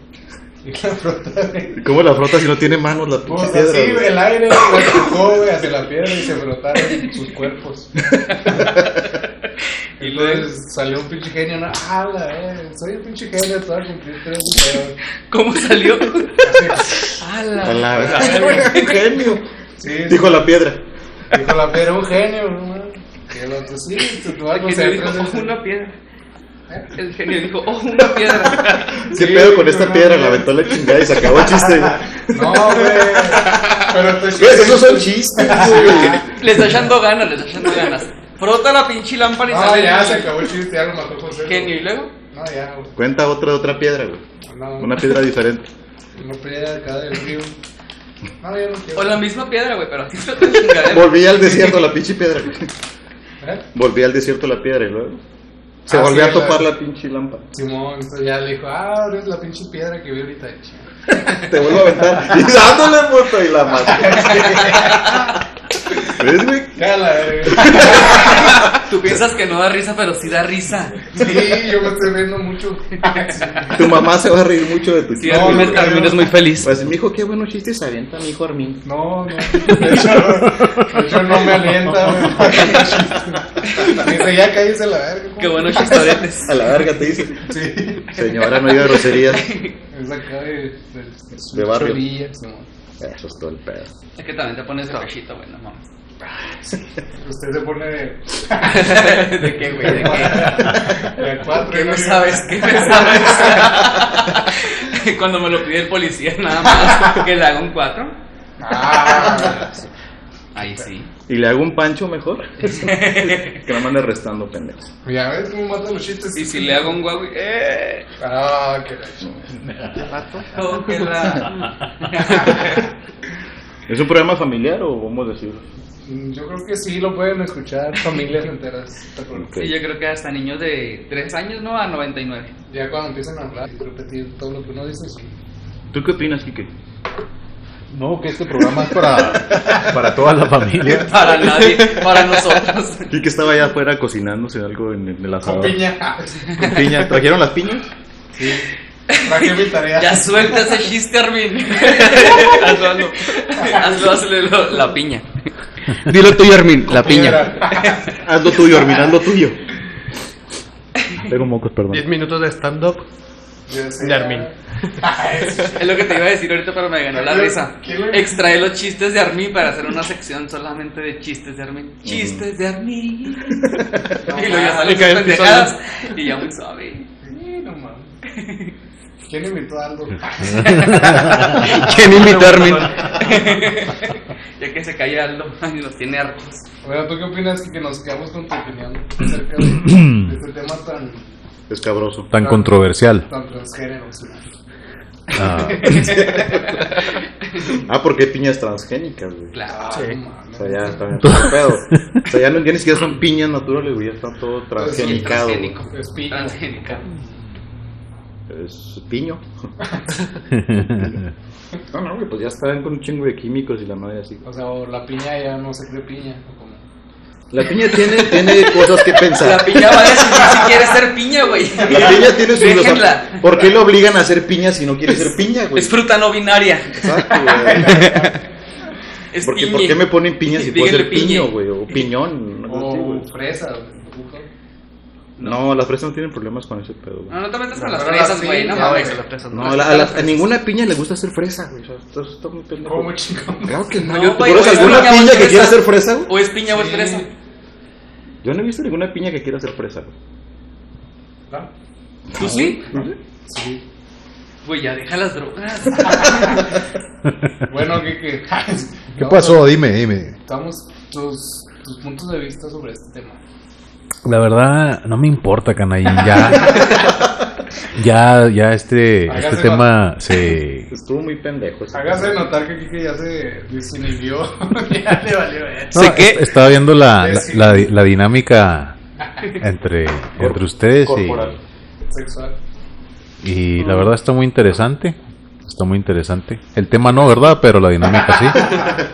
S7: Y la frota, güey.
S3: ¿Cómo la frota si no tiene manos la pinche
S7: Pues
S3: piedra?
S7: así,
S3: güey?
S7: güey, el aire la empujó, güey, hacia la piedra y se frotaron sus cuerpos. Y luego salió un pinche genio, ¿no? ¡Hala, eh! Soy un pinche genio, te voy a cumplir tres deseos.
S4: ¿Cómo salió?
S7: Así,
S3: A
S4: ¡Hala!
S3: la
S7: Pues
S3: verga. Un genio.
S7: Sí,
S3: Dijo la piedra.
S7: Dijo la piedra, un genio, ¿no? Y el otro, sí, te te voy a
S4: El genio
S7: conceder
S4: dijo,
S7: tres
S4: oh,
S7: deseos".
S4: una piedra. El genio dijo, oh, una piedra.
S3: ¿Qué
S7: Sí,
S3: pedo con esta
S7: no,
S3: piedra?
S7: no.
S3: La aventó la chingada y se acabó el chiste, güey.
S7: No, güey. Pero te
S3: Güey, Esos son chistes, güey.
S4: Le está echando ganas, le está echando ganas. Frota la pinche lámpara y
S7: No,
S4: sale.
S7: Ah, ya
S4: el
S7: se acabó el chiste, ya lo mató José.
S4: Genio, y luego.
S7: No, ya, güey.
S3: Cuenta otra, otra piedra, güey.
S7: No,
S3: Una piedra diferente.
S7: Una piedra de acá del río. No, yo no quiero.
S4: O la misma piedra, güey, pero aquí está otra chingadera.
S3: Volví al desierto la pinche piedra, güey.
S7: ¿Eh?
S3: Volví al desierto la piedra y luego. Se
S7: Ah,
S3: volvió
S7: sí,
S3: a topar
S7: la-
S3: la pinche lámpara.
S7: Simón, entonces ya le dijo, ah, ahora es la pinche piedra que vi ahorita. Chinga.
S3: Te vuelvo a aventar. Y dándole puto y la mata. ¿Ves, güey?
S7: Ya la verga.
S4: Tú piensas que no da risa, pero sí da risa.
S7: Sí, yo me estoy riendo mucho.
S3: Tu mamá se va a reír mucho de tu
S4: Sí,
S3: chiste.
S7: No,
S4: Armin,
S7: no,
S4: Armin
S7: no.
S4: es muy feliz.
S3: Pues mi hijo, qué buenos chistes avienta mi hijo Armin.
S7: No, no. De hecho, de hecho no me alienta, güey. Dice, ya cállese la verga.
S4: Qué buenos chistoretes.
S3: A la verga te dice.
S7: Sí,
S3: Señora, no diga groserías.
S7: es acá de, de,
S3: De barrio.
S7: Chorilla, Simón.
S3: Eso es todo el pedo.
S4: Es que también te pones de cachito, güey, no mames.
S7: Usted se pone de,
S4: ¿De qué, güey? ¿De qué?
S7: de cuatro.
S4: ¿Qué me
S7: güey.
S4: sabes? ¿Qué me sabes? Cuando me lo pide el policía, nada más que le haga un 4.
S7: Ah,
S4: Ahí sí.
S3: Y le hago un pancho mejor. que no me ande restando, pendejo.
S7: ya ves cómo mata los chistes.
S4: Y si le hago un guau, ¡eh!
S7: Ah, qué gacho.
S4: Oh, qué la-
S3: ¿Es un programa familiar o vamos a decirlo?
S7: Mm, Yo creo que sí lo pueden escuchar familias enteras. te juro.
S3: Ok.
S4: Sí, yo creo que hasta niños de 3 años, ¿no? A 99.
S7: Ya cuando empiezan a hablar y repetir todo lo que uno dice, sí.
S3: ¿Tú qué opinas, Kike?
S1: No, que este programa es para, para toda la familia.
S4: Para nadie, para nosotros.
S3: Kike estaba allá afuera cocinándose algo en el en el asador.
S7: Con piña.
S3: Con piña. ¿Trajeron las piñas?
S7: Traje mi tarea.
S4: Ya suelta ese chiste, Armin. hazlo, hazlo. Hazlo, hazle lo- la piña. Dilo tuyo, Armin, la
S3: Haz lo tuyo, Armin, haz lo tuyo.
S1: Tengo mocos, perdón.
S6: 10 minutos de stand-up.
S7: Ya sé.
S6: De Armin.
S4: Es lo que te iba a decir ahorita, pero me ganó la risa. Extrae los chistes de Armin para hacer una sección solamente de chistes de Armin. Chistes de Armin. y luego ya salen
S6: Y cae
S4: sus
S6: el piso
S4: pendejadas. Y ya muy suave.
S7: Sí, no mames. ¿Quién invitó a Aldo?
S4: ¿Quién invitó a Armin? ya que se cae Aldo y nos tiene hartos.
S7: Bueno, ¿tú qué opinas que nos quedamos con tu opinión acerca de de este tema tan,
S3: Es cabroso.
S5: Tan controversial.
S7: tan transgénero? sí?
S5: Ah,
S3: Ah, porque hay piñas transgénicas, güey.
S4: Claro.
S7: Ah,
S6: Sí.
S7: no
S3: O
S7: mames.
S3: sea, ya está bien todo pedo. O sea, ya, no, ya ni siquiera son piñas naturales, güey. Ya están
S7: Pues
S3: todo transgenicado. güey.
S4: Transgénico.
S7: Es piña.
S4: Transgénica.
S3: Es piño. No, no, güey, pues ya están con un chingo de químicos y la madre así.
S7: O sea, o la piña ya no se cree piña. o como-
S3: La piña tiene, tiene cosas que pensar.
S4: La piña va a decidir si quiere ser piña, güey.
S3: La piña tiene sus
S4: Déjenla.
S3: ¿Por qué le obligan a ser piña si no quiere ser piña, güey?
S4: Es fruta no binaria.
S3: Exacto, güey.
S4: Es
S3: ¿Por qué,
S4: piñe.
S3: por qué me ponen piña si puedo
S4: Díganle
S3: ser
S4: piñe.
S3: piño, güey? O piñón. ¿no? Así, güey.
S7: O fresa, güey.
S3: No, las fresas no tienen problemas con ese pedo, güey.
S4: No, no te metas con las
S7: Pero
S4: fresas,
S7: así,
S4: güey. No
S7: ya,
S4: mames.
S7: güey,
S6: las fresas,
S3: No, pues la- a, la- a ninguna piña le gusta ser fresa, güey. O sea, esto está muy pendejo.
S7: ¿Cómo chingón?
S3: Claro que no.
S4: No,
S3: yo- ¿Tú
S4: güey,
S3: conoces
S4: güey,
S3: alguna
S4: no,
S3: piña
S4: güey,
S3: que quiera
S4: fresa.
S3: ser fresa? güey?
S4: O es piña o es fresa.
S3: Yo no he visto ninguna piña que quiera ser fresa, güey.
S7: ¿No?
S4: ¿Tú sí?
S7: Sí.
S4: Güey, ya deja las drogas.
S7: Bueno, ¿qué, qué?
S5: ¿Qué
S7: No,
S5: pasó? Dime, dime.
S7: Estamos tus, tus puntos de vista sobre este tema.
S5: La verdad, no me importa, Canay. Ya, ya, ya este, este
S7: Hágase
S5: tema se...
S3: Estuvo muy pendejo. ese
S7: Hágase
S3: pedo.
S7: notar que Kike ya se desinhibió. ya le valió eh.
S5: No,
S4: Sé que-
S5: est- Estaba viendo la, la,
S7: Sí.
S5: la di- la dinámica entre, entre ustedes y,
S3: Corporal.
S7: Sexual.
S5: Y la verdad está muy interesante. Está muy interesante. El tema no, ¿verdad? Pero la dinámica sí.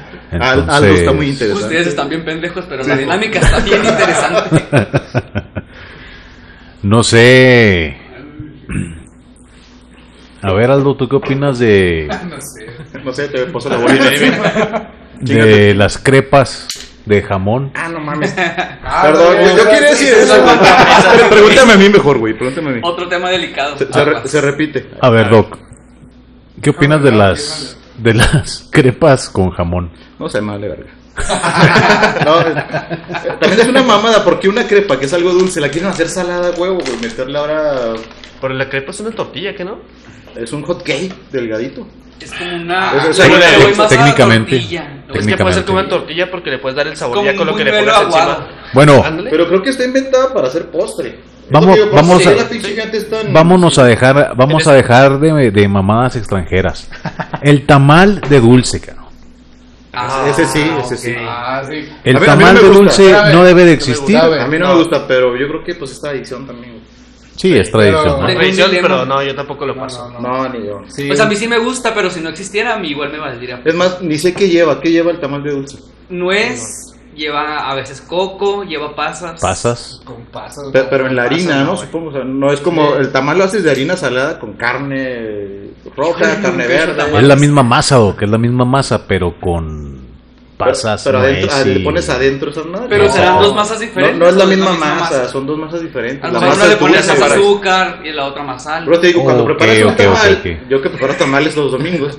S3: Al- Algo está muy interesante.
S4: Ustedes están bien pendejos, pero la dinámica está bien interesante.
S5: No sé. A ver, Aldo, ¿tú qué opinas de,
S4: No sé.
S3: No sé, te puso la bolita.
S5: de las crepas de jamón?
S3: ah, no mames.
S7: Ah,
S3: Perdón,
S7: no,
S3: yo, yo
S7: no,
S3: quería
S7: no,
S3: decir
S7: no,
S3: eso.
S7: no, no,
S3: güey. Pregúntame a mí mejor, güey. Pregúntame a mí.
S4: Otro tema delicado. Ah,
S3: Se, se re- se repite.
S5: A ver, Doc, ¿qué opinas de las de las crepas con jamón?
S3: No sé, madre verga. no, eh, también es una mamada porque una crepa que es algo dulce la quieren hacer salada, huevo, güey. Meterle ahora.
S6: Pero la crepa es una tortilla, ¿qué no?
S3: Es un hot cake delgadito.
S4: Es como una.
S3: Es- es-
S4: le
S3: técnica-
S4: doy más a la
S5: técnicamente.
S4: tortilla.
S6: Es que puede ser como
S5: Técnicamente.
S6: una tortilla porque le puedes dar el sabor
S4: Como
S6: ya
S4: un
S6: con lo que le
S4: buñuelo
S6: pones
S4: aguado.
S6: encima. Oh.
S5: Bueno,
S6: Ándale.
S3: Pero creo que está inventada para hacer postre. Es
S5: Vamos-
S3: lo que yo- por eso
S5: vamos
S3: se ve
S5: a-
S3: la pinche gente es tan-
S5: vámonos a dejar vamos a dejar de, de mamadas extranjeras. El tamal de dulce, cabrón.
S4: Ah,
S3: Ese sí, ese sí.
S7: Ah, sí.
S5: El
S3: A mí- a mí no
S5: tamal
S3: me
S5: de
S3: gusta,
S5: dulce
S7: sabe,
S5: no debe de
S7: gusta,
S5: existir.
S7: sabe.
S3: A mí no,
S7: No.
S3: me gusta, pero yo creo que pues esta adicción también. güey.
S5: Sí, es tradición.
S4: Tengo
S5: ¿no?
S4: un
S6: Tradición,
S4: dilema.
S6: pero no, yo tampoco lo paso.
S3: No, ni yo. Sí.
S4: Pues a mí sí me gusta, pero si no existiera, a mí igual me valdría.
S3: Es más, ni sé qué lleva. ¿Qué lleva el tamal de dulce?
S4: Nuez, lleva a veces coco, lleva pasas.
S5: Pasas.
S7: Con pasos.
S3: Pe- Pero en la harina,
S6: no,
S3: Ah, ¿no?
S6: güey.
S3: Supongo. o sea, no es como el tamal lo haces de harina salada con carne roja, carne verde.
S5: Es la misma masa, Doc, es la misma masa, pero con pasas.
S3: Pero, pero adentro,
S5: nuez
S3: ah, le
S5: y-
S3: pones adentro esa madre.
S4: Pero
S3: No.
S4: serán dos masas diferentes.
S3: No, no es la
S4: o
S3: misma
S4: misma
S3: masa,
S4: masa?
S3: son dos masas diferentes.
S4: A
S3: La
S4: lo mejor
S3: masa
S4: una le
S3: es
S4: pones
S3: dulce,
S4: más
S3: güey.
S4: azúcar y la otra más sal.
S3: Pero te digo, cuando
S5: Ok,
S3: preparas un
S5: ok,
S3: tamal,
S5: ok, ok.
S3: yo que preparo tamales los domingos,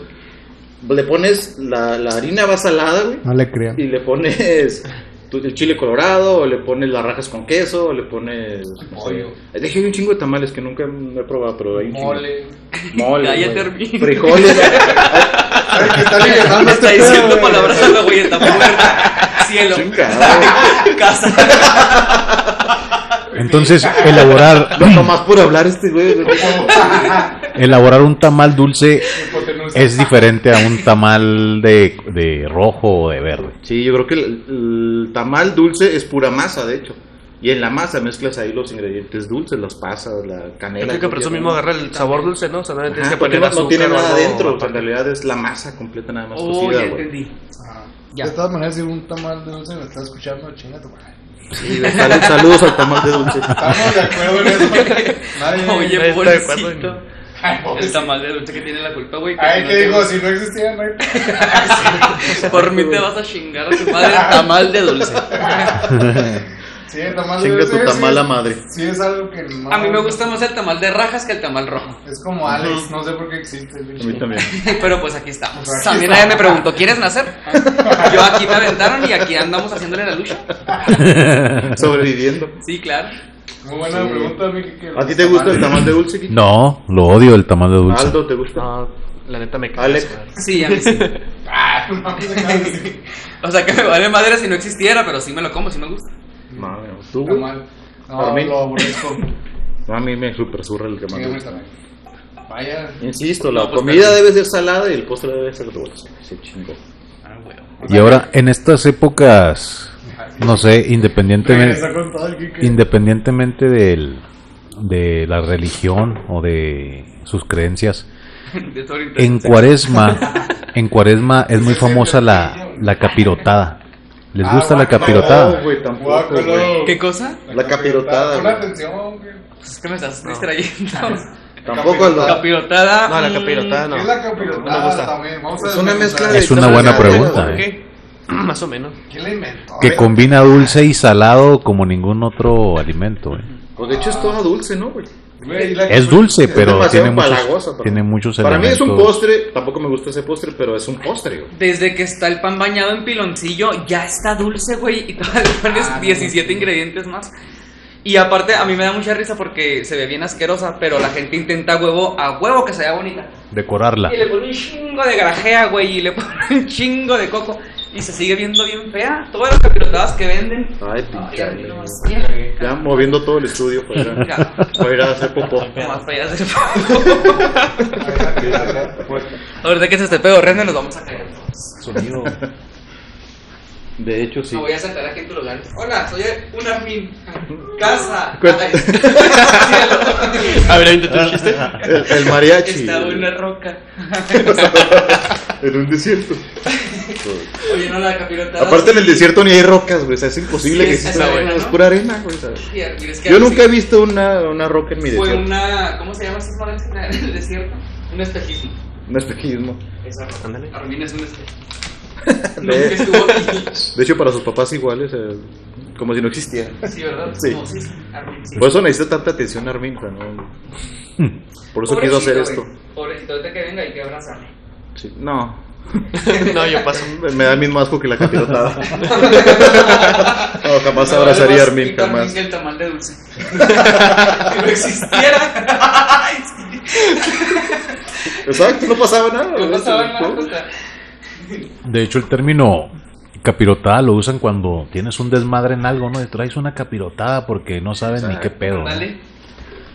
S3: le pones la, la harina va salada, güey,
S8: No le creo.
S3: y le pones tu- el chile colorado, o le pones las rajas con queso, o le pones...
S7: Pollo.
S3: Dejé un chingo de tamales que nunca he probado, pero hay un chingo.
S7: Mole.
S3: Mole,
S4: Ya, ya
S3: güey.
S4: termino.
S3: Frijoles.
S7: ¿Sabes qué está
S4: Me
S7: viajando
S4: está
S7: este
S4: diciendo
S7: pedo, güey?
S4: palabras a la güey, está muerta. Cielo.
S3: Chingado.
S4: Casa.
S5: Entonces, elaborar,
S3: No, nomás por hablar este güey. güey.
S5: elaborar un tamal dulce
S7: Hipotenusa.
S5: es diferente a un tamal de, de rojo o de verde.
S3: Sí, yo creo que el, el tamal dulce es pura masa, de hecho. Y en la masa mezclas ahí los ingredientes dulces, las pasas, la
S6: Yo
S3: canela.
S6: creo que por eso
S3: cualquier-
S6: mismo agarra el sabor dulce, ¿no? O sea, no le tienes
S3: Ajá,
S6: que
S3: porque
S6: poner
S3: no,
S6: azúcar
S3: no tiene
S6: o
S3: nada
S6: algo
S3: adentro, o sea, en
S6: aparte.
S3: realidad es la masa completa nada más
S4: Oh, ya
S3: cocida, güey.
S4: entendí.
S7: Ah.
S4: Ya.
S7: De todas maneras, si un tamal de dulce me está escuchando, chinga tu madre.
S3: Sí, güey, salud- saludos al tamal de dulce.
S7: Estamos de acuerdo en eso. Nadie.
S6: Nadie
S4: Oye,
S6: está de acuerdo en-
S4: pobrecito.
S7: Ay,
S4: El
S7: pobrecito.
S4: tamal de dulce que tiene la culpa, güey.
S7: Ay,
S4: no
S7: que
S4: te
S7: dijo,
S4: gusta.
S7: si no existía, no hay.
S4: Por mí te vas a chingar a tu madre tamal de dulce.
S7: Sí, el tamal de
S3: Chinga
S7: dulce.
S3: tu
S7: sí
S3: tamal
S7: es-
S3: la madre.
S7: Sí, es algo que no.
S4: A mí me gusta más el tamal de rajas que el tamal rojo.
S7: Es como Alex, no sé por qué existe.
S3: A mí también.
S4: Pero pues aquí estamos.
S7: Pues aquí
S4: También nadie me preguntó, ¿quieres nacer? Yo aquí me aventaron y aquí andamos haciéndole la lucha.
S3: Sobreviviendo.
S4: Sí, claro.
S7: Muy buena pregunta, Miki. que
S3: ¿A ti te gusta el tamal de dulce? Kiki?
S5: No, lo odio el tamal de dulce.
S3: Aldo, ¿te gusta?
S6: No, la neta me cae.
S3: Alex.
S4: Sí, a mí sí.
S7: Ah, no mames, acabas de decir.
S4: O sea, que me vale madre si no existiera, pero sí me lo como, sí me gusta.
S3: No, no, tú, güey.
S7: Tamal.
S3: Para
S7: No,
S3: mí.
S7: lo aborrezco.
S3: No, a mí me super surra el tamal de
S7: Sígueme
S3: dulce.
S7: también. Vaya.
S3: Insisto, la
S4: No, pues,
S3: comida
S4: también.
S3: debe ser salada y el postre debe ser dulce. Se chingó.
S4: Ah, huevo.
S5: Y ahora, en estas épocas, no sé, independientemente...
S7: Regresó con todo el Kike.
S5: independientemente del, de la religión o de sus creencias,
S4: De todo ahorita.
S5: en cuaresma, en cuaresma es muy famosa la, la capirotada. ¿Les
S7: Ah,
S5: gusta la
S7: guácala.
S5: capirotada?
S4: Oh,
S3: No, güey, tampoco,
S7: Guácalo.
S3: güey.
S4: ¿Qué cosa?
S3: La capirotada,
S7: Pon
S3: güey.
S7: atención, güey.
S4: Pues es que me estás distrayendo.
S3: Tampoco el
S4: Capirotada.
S6: No, la
S4: mm,
S6: capirotada no.
S7: ¿Qué es la
S6: No me gusta.
S7: capirotada también? Vamos a
S3: Es una
S7: desmenuzar.
S3: mezcla de-
S5: Es una buena pregunta, eh,
S6: ¿Qué? Más o menos.
S7: ¿Quién la inventó?
S5: que combina dulce y salado como ningún otro alimento. eh.
S3: Pues de hecho es toda dulce, ¿no, güey?
S7: Güey, la-
S5: Es dulce, pero
S3: demasiado
S5: tiene muchos,
S3: empalagosa, pero-
S5: tiene muchos
S3: Para mí es un
S5: elementos.
S3: postre, tampoco me gusta ese postre, pero es un postre, güey.
S4: Desde que está el pan bañado en piloncillo, ya está dulce, güey. Y todavía
S6: Ah,
S4: le pones 17 ingredientes más. Y aparte, a mí me da mucha risa porque se ve bien asquerosa, pero la gente intenta a huevo a huevo que se vea bonita.
S5: Decorarla.
S4: Y le pone un chingo de grajea, güey, y le pone un chingo de coco. Y se sigue viendo bien fea. Todas las capirotadas que venden.
S3: Ay,
S6: Ah,
S4: Ay, a mí
S3: pinche.
S4: no más bien.
S3: Ya moviendo todo el estudio para ir a,
S4: Ya,
S3: para ir a hacer popó.
S4: más feas del
S3: este
S4: Ahorita que se esté pedorreando nos vamos a caer todos.
S3: De hecho, sí.
S4: Me voy a saltar aquí en tu lugar. Hola, soy una min. Casa.
S3: Cuenta. Ah,
S4: Ay, cielo.
S6: A ver, ahorita te dijiste.
S3: El, el mariachi.
S4: Estaba en una roca.
S3: en un desierto.
S4: Oye, no la capirotada.
S3: Aparte en el desierto ni hay rocas, güey. O sea, es imposible
S4: Sí,
S3: que
S4: es-
S3: exista
S4: es
S3: una-
S4: arena,
S3: Es
S4: ¿no?
S3: pura arena, güey. o sea.
S4: Es que
S3: Yo
S4: así
S3: nunca he visto una, una roca en mi
S4: Fue
S3: desierto.
S4: una. ¿Cómo se llama esa zona que está en el desierto? Un espejismo.
S3: Un espejismo.
S4: Esa roca.
S6: Ándale.
S4: Armin es un espejismo. Nunca
S3: De,
S4: estuvo aquí.
S3: de hecho, para sus papás iguales, como si no existiera.
S4: Sí, ¿verdad?
S3: Sí. Pues,
S4: Como, sí, sí, Armin, sí.
S3: Por eso necesita tanta atención Armin, o sea, no- Por eso quiso hacer
S4: Pobrecito,
S3: esto.
S4: güey. Pobrecito, ahorita que venga hay que abrazarme.
S3: Sí, No,
S6: No, yo paso.
S3: me me da el mismo asco que la capirotada. no, jamás abrazaría a
S4: Además,
S3: Armin,
S4: Pito Armin
S3: jamás.
S4: que el tamal de dulce. si no existiera. Ay, sí.
S3: Exacto, no pasaba nada.
S4: No
S3: güey,
S4: pasaba
S3: eso,
S4: nada,
S3: ¿no?
S4: o sea,
S5: De hecho, el término capirotada lo usan cuando tienes un desmadre en algo, ¿no? Y traes una capirotada porque no saben ni qué pedo. ¿no?
S4: Dale.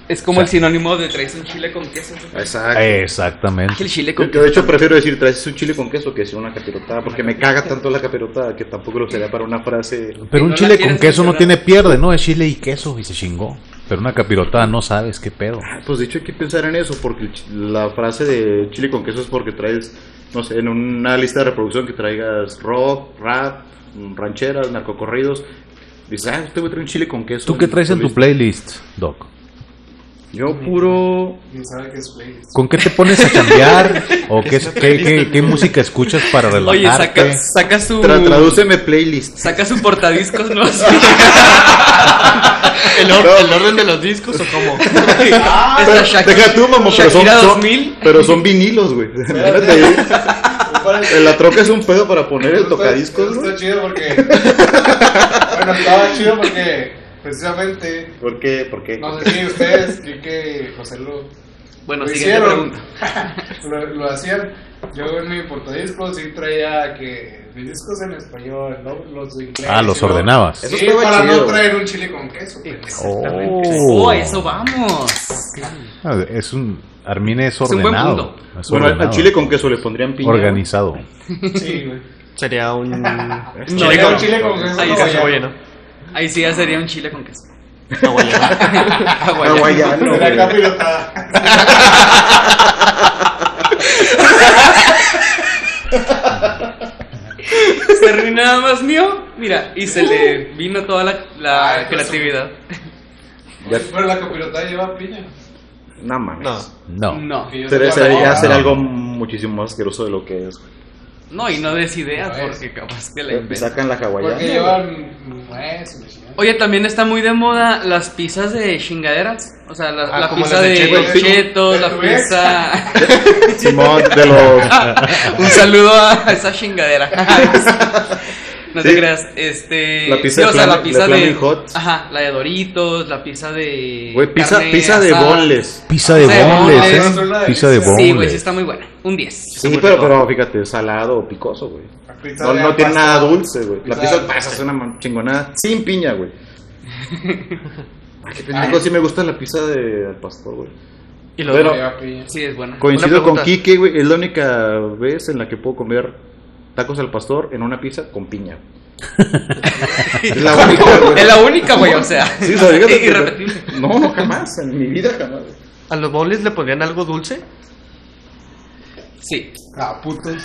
S4: Es como el sinónimo de traes un chile con queso.
S3: Exacto.
S5: Exactamente.
S4: El chile
S3: Yo,
S4: con
S3: yo de hecho prefiero decir traes un chile con queso que decir una capirotada, porque me caga tanto la capirotada que tampoco lo sería para una frase.
S5: Pero
S4: no
S5: un
S4: la
S5: chile con
S4: quieres
S5: queso no
S4: mencionar.
S5: tiene pierde, ¿no? Es chile y queso y se chingó. Pero una capirotada no sabes qué pedo.
S3: Ah, Pues dicho hay que pensar en eso, porque el chi- la frase de chile con queso es porque traes, no sé, en una lista de reproducción que traigas rock, rap, rancheras, narcocorridos. Dices, ah, usted voy a traer un chile con queso.
S5: ¿Tú qué traes en tu
S3: lista.
S5: playlist, Doc?
S3: Yo puro...
S7: Ni sabe qué es playlist.
S5: ¿Con qué te pones a cambiar? ¿O qué, qué, qué- qué música escuchas para
S4: Oye,
S5: relajarte?
S4: saca, saca su.
S3: Tra- tradúceme playlist.
S4: Saca su portadiscos, ¿no? Sí.
S6: ¿El, or- el orden de los discos o cómo?
S3: Pero- deja tú, mamón, pero son,
S4: Shakira
S3: son-
S4: 2000.
S3: pero son vinilos, güey. Imagínate ahí. la troca es un pedo para poner el
S7: Esto-
S3: tocadiscos,
S7: esto
S3: güey.
S7: Está chido porque. bueno, estaba chido porque precisamente.
S3: ¿Por qué? ¿Por qué?
S7: No sé si ustedes, Kike, José lo,
S4: Bueno,
S7: lo
S4: siguiente
S7: hicieron.
S4: pregunta.
S7: lo, lo hacían. Yo en mi portadiscos sí traía que mis discos en español, ¿no? los de inglés.
S5: Ah, los
S7: ¿no?
S5: ordenabas.
S3: Eso
S7: Sí,
S3: estaba
S7: para
S3: chido,
S7: no
S3: güey.
S7: traer un chile con queso.
S4: Oh,
S5: Oh.
S4: a eso vamos.
S5: Ah, Es un... Armin es
S4: un buen
S5: ordenado. Es
S3: Bueno, al- al
S5: ordenado.
S3: chile con queso le pondrían piña.
S5: Organizado.
S7: Sí, güey.
S6: Sería un.
S7: No,
S6: chile
S7: no,
S6: con
S7: chile con queso.
S4: Ahí
S7: no,
S4: está,
S7: ya.
S6: Oye, ¿no?
S4: Ahí sí ya sería un chile con queso.
S3: Ah, guayano,
S7: Era
S3: güey.
S7: acá pilotada.
S4: Se rió nada más mío, mira, y se le vino toda la, la
S7: Ay, pues,
S4: creatividad.
S3: Ya-
S7: Pero la copilotada lleva piña.
S3: No mames.
S6: No.
S5: No.
S4: No,
S7: que yo
S3: Sería,
S7: sepa,
S3: sería-
S7: no,
S3: ya sería
S5: no.
S3: algo muchísimo más asqueroso de lo que es. güey.
S4: no, y no des ideas
S7: No es.
S4: porque capaz que la
S3: Te
S4: inventas.
S3: sacan la hawaiana.
S7: Porque
S3: güey.
S7: llevan nuez, la chingada.
S4: Oye, también está muy de moda las pizzas de chingaderas. O sea, la,
S6: Ah,
S4: la
S6: como
S4: pizza
S6: las de
S4: de
S6: Chetos.
S4: chetos, la
S7: ¿Tú ves?
S4: pizza.
S3: Simón, de los.
S4: Un saludo a esa chingadera. No te
S3: Sí.
S4: creas, este.
S3: La pizza
S4: sí,
S3: de
S4: o sea,
S3: Flamin-
S4: la
S3: de
S4: pizza de.
S3: Flamin' Hot.
S4: Ajá, la de Doritos, la pizza de.
S3: Güey, pizza,
S4: carne
S3: pizza de
S4: asada.
S3: bonles.
S5: Pizza de
S4: Pizza de
S5: bonles,
S4: bonles.
S7: Es una
S5: ¿eh? Pizza de
S7: delicia.
S5: bonles.
S4: Sí, güey, sí está muy buena. Un 10.
S3: Sí, pero, pero fíjate, salado o picoso, güey.
S7: La pizza
S3: No,
S7: de
S3: no tiene
S7: pasta.
S3: nada dulce, güey. La
S7: Pizza
S3: pizza
S7: de
S3: de pasa es una man- chingonada. Sin piña, güey. Ay, qué pendejo,
S7: Ay.
S3: sí me gusta la pizza de al pastor, güey.
S6: Y lo
S3: Pero
S7: Lleva piña.
S4: Sí, es buena.
S3: coincido
S6: Una
S3: con
S6: pregunta.
S3: Kike, güey. Es la única vez en la que puedo comer tacos al pastor en una pizza con piña. es la única, güey.
S4: Es la única, güey, o sea.
S3: Sí, o sea, fíjate que-
S4: Irrepetible.
S3: No, no, jamás. En mi vida jamás.
S6: ¿A los bowls le pondrían algo dulce?
S4: Sí.
S7: Ah, putos.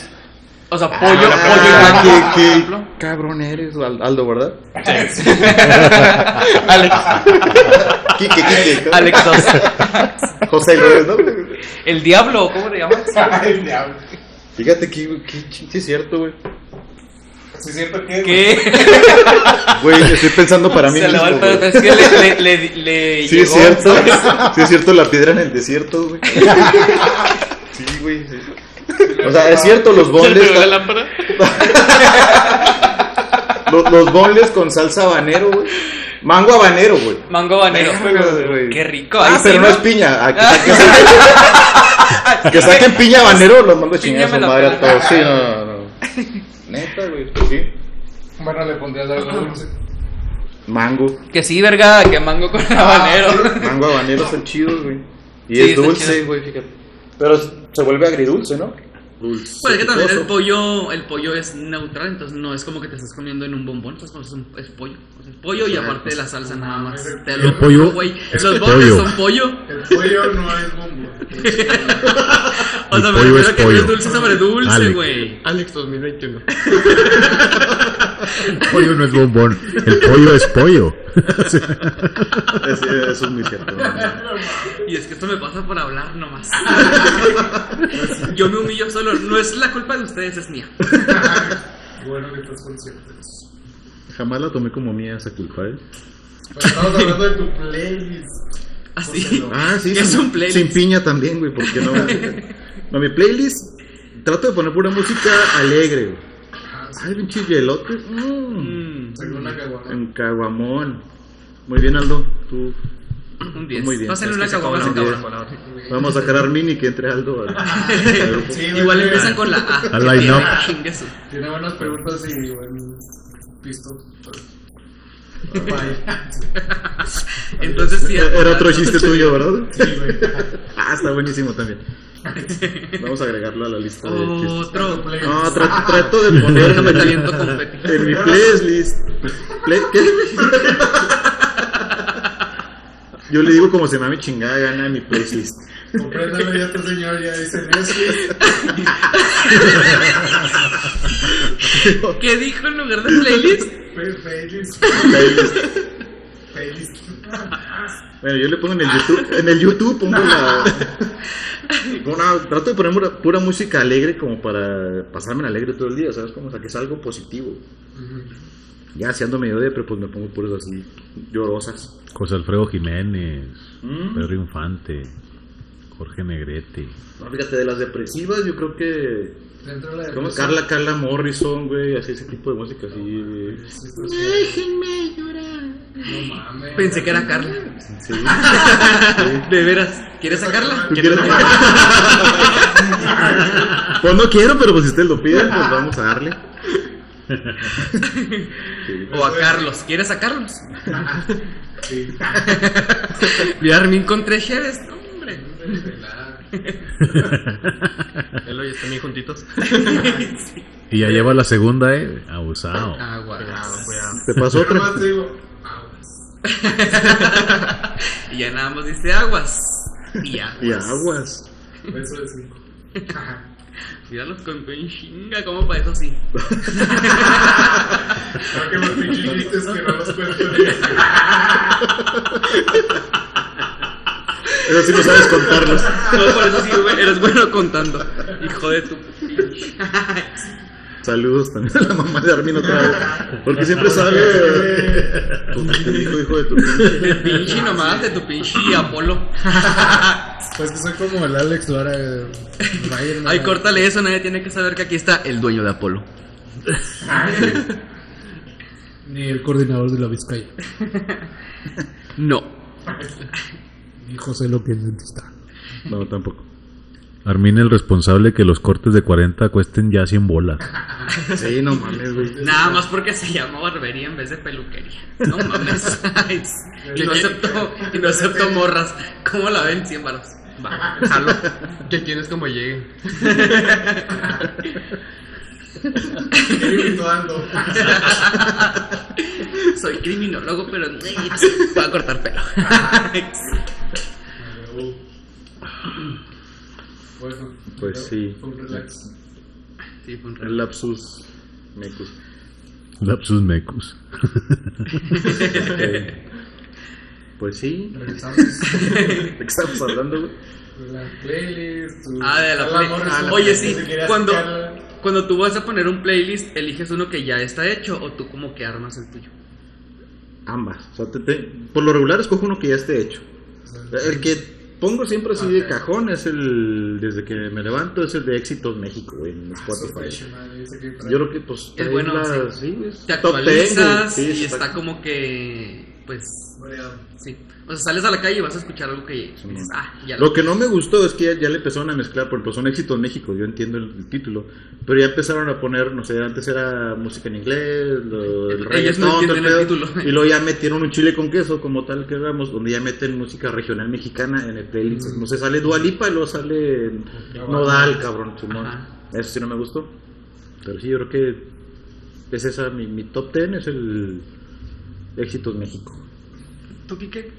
S4: O sea, pollo,
S3: Ah,
S4: pollo y mango,
S3: qué-
S4: por
S3: qué
S4: ejemplo.
S3: cabrón eres, Al- Aldo, ¿verdad?
S6: Alex.
S3: Kike, Kike. ¿no?
S4: Alex dos.
S3: José López, ¿no?
S4: El diablo, ¿cómo le llamas?
S7: Ay, el diablo.
S3: Fíjate que, que ch- sí es cierto, güey.
S7: Si siempre que.
S4: ¿Qué?
S3: Güey, estoy pensando para mí
S4: Se le
S3: mismo,
S4: va el
S3: güey.
S4: pedo. Es que le, le, le, le
S3: Sí,
S4: llegó.
S3: es cierto. Sí, es cierto la piedra en el desierto, güey. Sí, güey. sí. O sea, es cierto, los bonles.
S6: la lámpara?
S3: Los, los bonles con salsa habanero, güey. Mango habanero, güey.
S4: Mango banero.
S3: Güey.
S4: Qué rico. ahí
S3: Ah,
S4: sí,
S3: pero no es piña. Ah, que, saquen, que saquen piña habanero, los mando
S4: Piña
S3: chingados
S4: me
S3: a su
S4: la
S3: madre a
S4: pela.
S3: todos. Sí, no, no, no. Neta, güey. pues Sí.
S7: Bueno, le pondrías algo dulce.
S3: Mango. Ah,
S4: Que sí, verga, que mango con habanero.
S3: Mango habanero son chidos, güey. Y
S4: Sí,
S3: es
S4: están
S3: dulce,
S4: chidos.
S3: güey, fíjate. Pero se vuelve agridulce, ¿no? dulce.
S4: Pues es que también el
S3: picoso.
S4: pollo, el pollo es neutral, entonces no es como que te estás comiendo en un bombón, pues pues, es, un- es pollo. O sea, es pollo y
S3: Ah,
S4: aparte
S3: pues,
S4: la salsa nada más.
S7: el
S4: Te lo
S5: pollo
S4: juro, güey.
S5: es
S4: Los botes
S5: pollo.
S4: son pollo.
S7: El pollo no es bombo.
S4: O
S5: El
S4: sea, me
S5: pollo es
S4: refiero que no
S5: pollo.
S4: es dulce sobre dulce,
S5: Alex.
S4: güey.
S6: Alex 2021.
S5: El pollo no es bombón, el pollo es pollo.
S3: Es, es un cierto.
S4: Y es que esto me pasa por hablar nomás. Yo me humillo solo. No es la culpa de ustedes, es mía.
S7: bueno que estás consciente Pues, de eso.
S3: Jamás la tomé como mía esa culpa, ¿eh?
S7: Pero estamos hablando de tu playlist.
S4: Así.
S3: Ah, sí.
S4: Es
S3: sin-
S4: un playlist.
S3: Sin piña también, güey, porque no. no, mi playlist trato de poner pura música alegre, güey. Ay, pinche hielote. mm,
S4: Mm,
S7: Sacó una caguama.
S3: En caguamón. Muy bien, Aldo. Tú.
S4: un 10.
S3: Pues Muy bien.
S4: Pásenle
S3: Es
S4: una
S3: que se acabó
S4: caguama,
S3: la
S4: cabrón.
S3: idea. Vamos a sacar a Armin y que entre Aldo. al- al grupo.
S7: Sí, güey,
S4: Igual
S7: tiene-
S4: empiezan con la A.
S5: A line
S4: Tiene
S5: up.
S4: chingue su-
S7: Tiene buenas preguntas y buen pisto.
S4: Entonces sí. ah,
S3: Era otro chiste tuyo, ¿verdad?
S7: Sí, güey.
S3: Ah, está buenísimo también. Vamos a agregarlo a la lista de chistes.
S4: Otro.
S3: No, tra- trato de poner.
S4: Déjame caliento confeti.
S3: En mi playlist. Play- ¿Qué? Yo le digo como se mame chingada gana mi playlist.
S7: Compréndalo ya tu señor, ya dice Netflix.
S4: ¿Qué dijo en lugar de playlist?
S7: Fe- Playlist.
S3: Playlist.
S7: Playlist.
S3: Bueno, yo le pongo en el YouTube, en el YouTube pongo la una- trato de poner pura, pura música alegre como para pasarme alegre todo el día, ¿sabes? Como, o sea, que es algo positivo. Ya si ando medio depre, pues me pongo puras así llorosas.
S5: José Alfredo Jiménez,
S3: Mm.
S5: Pedro Infante, Jorge Negrete.
S3: No, fíjate, de las depresivas yo creo que
S7: Dentro de la
S3: ¿Cómo?
S7: depresión.
S3: Carla, Carla Morrison, güey, así ese tipo de música así. güey.
S7: Sí, estás- No mames.
S4: Pensé que era Carla.
S3: Sí.
S4: De veras. ¿Quieres sacarla?
S3: ¿Tú quieres? pues no quiero, pero pues si ustedes lo piden, pues vamos a darle.
S4: O a Carlos. ¿Quieres a Carlos? Y Armin con tres cheves. no, hombre.
S6: Elo y están bien juntitos.
S5: Y ya lleva la segunda, eh, abusado.
S4: Aguas.
S3: ¿Te pasó
S7: Nada
S3: otra?
S7: más te digo.
S4: Y ya nada más dice aguas. Y ya.
S3: Y aguas.
S7: Beso de cinco.
S4: Míralos con con chinga. ¿Cómo para eso sí?
S7: Creo que los piquilites que no los cuento.
S3: Eso sí no sabes contarlos.
S4: No, por eso sí, güey, eres bueno contando. Hijo de tu.
S3: Saludos también a la mamá de Armin otra vez. Porque siempre sabe. Puta, te dijo, hijo de tu pinche.
S4: De pinche nomás, de tu pinche Apolo.
S7: Pues que soy como el Alex Lara. eh,
S4: Ay, córtale eso, nadie tiene que saber que aquí está el dueño de Apolo.
S7: Ni el coordinador de la Vizcaya.
S4: No.
S7: Ni José lo que está.
S3: No, tampoco.
S5: Armin el responsable que los cortes de 40 cuesten ya 100 bolas.
S3: Sí, no mames, güey.
S4: Nada más porque se llama barbería en vez de peluquería. No mames. Ay, y no acepto, y no acepto morras. ¿Cómo la ven? 100 varos. Va, jalo.
S6: Que tienes como llegue.
S7: Invitando.
S4: Soy criminólogo, pero voy a cortar pelo.
S7: Bueno,
S3: Pues sí.
S7: Un relax.
S4: Sí, fue un re-
S3: El lapsus. Mecus.
S5: Lapsus mecus.
S3: Ok. Pues sí.
S7: Regresamos.
S3: ¿De qué estamos hablando, güey?
S7: La playlist. tu-
S4: Ah, de la
S7: Carla
S4: play-
S7: Morrison,
S4: ah, la- Oye,
S7: que
S4: sí,
S7: se quería
S4: cuando-
S7: sacar-
S4: Cuando tú vas a poner un playlist, eliges uno que ya está hecho o tú como que armas el tuyo.
S3: Ambas. O sea, te- te- por lo regular escojo uno que ya esté hecho. El que pongo siempre así de
S7: Ok.
S3: cajón es el, desde que me levanto, es el de Éxitos México güey, en Spotify.
S7: Profesional, dice que para-
S3: Yo creo que pues... trae
S4: bueno,
S3: la- sí, es
S4: Te
S3: top ten, güey.
S4: actualizas
S3: Sí,
S4: y está como que, pues,
S7: Variado.
S4: Sí. O sea, sales a la calle y vas a escuchar algo que dices, ah, ya lo
S3: Lo que no me gustó es que ya, ya le empezaron a mezclar, por ejemplo, son éxitos México, yo entiendo el, el título, pero ya empezaron a poner, no sé, antes era música en inglés, lo- el
S4: Ellos no
S3: reggaetón, todo el
S4: entienden el
S3: pedo,
S4: título.
S3: y luego ya metieron un chile con queso, como tal que éramos, donde ya meten música regional Mm. mexicana en el playlist, no sé, sale Dualipa y luego sale Nodal, cabrón, Simón.
S4: Ajá.
S3: Eso sí no me gustó. Pero sí, yo creo que es esa mi, mi top 10, es el Éxitos México.
S4: ¿Tú, Kike?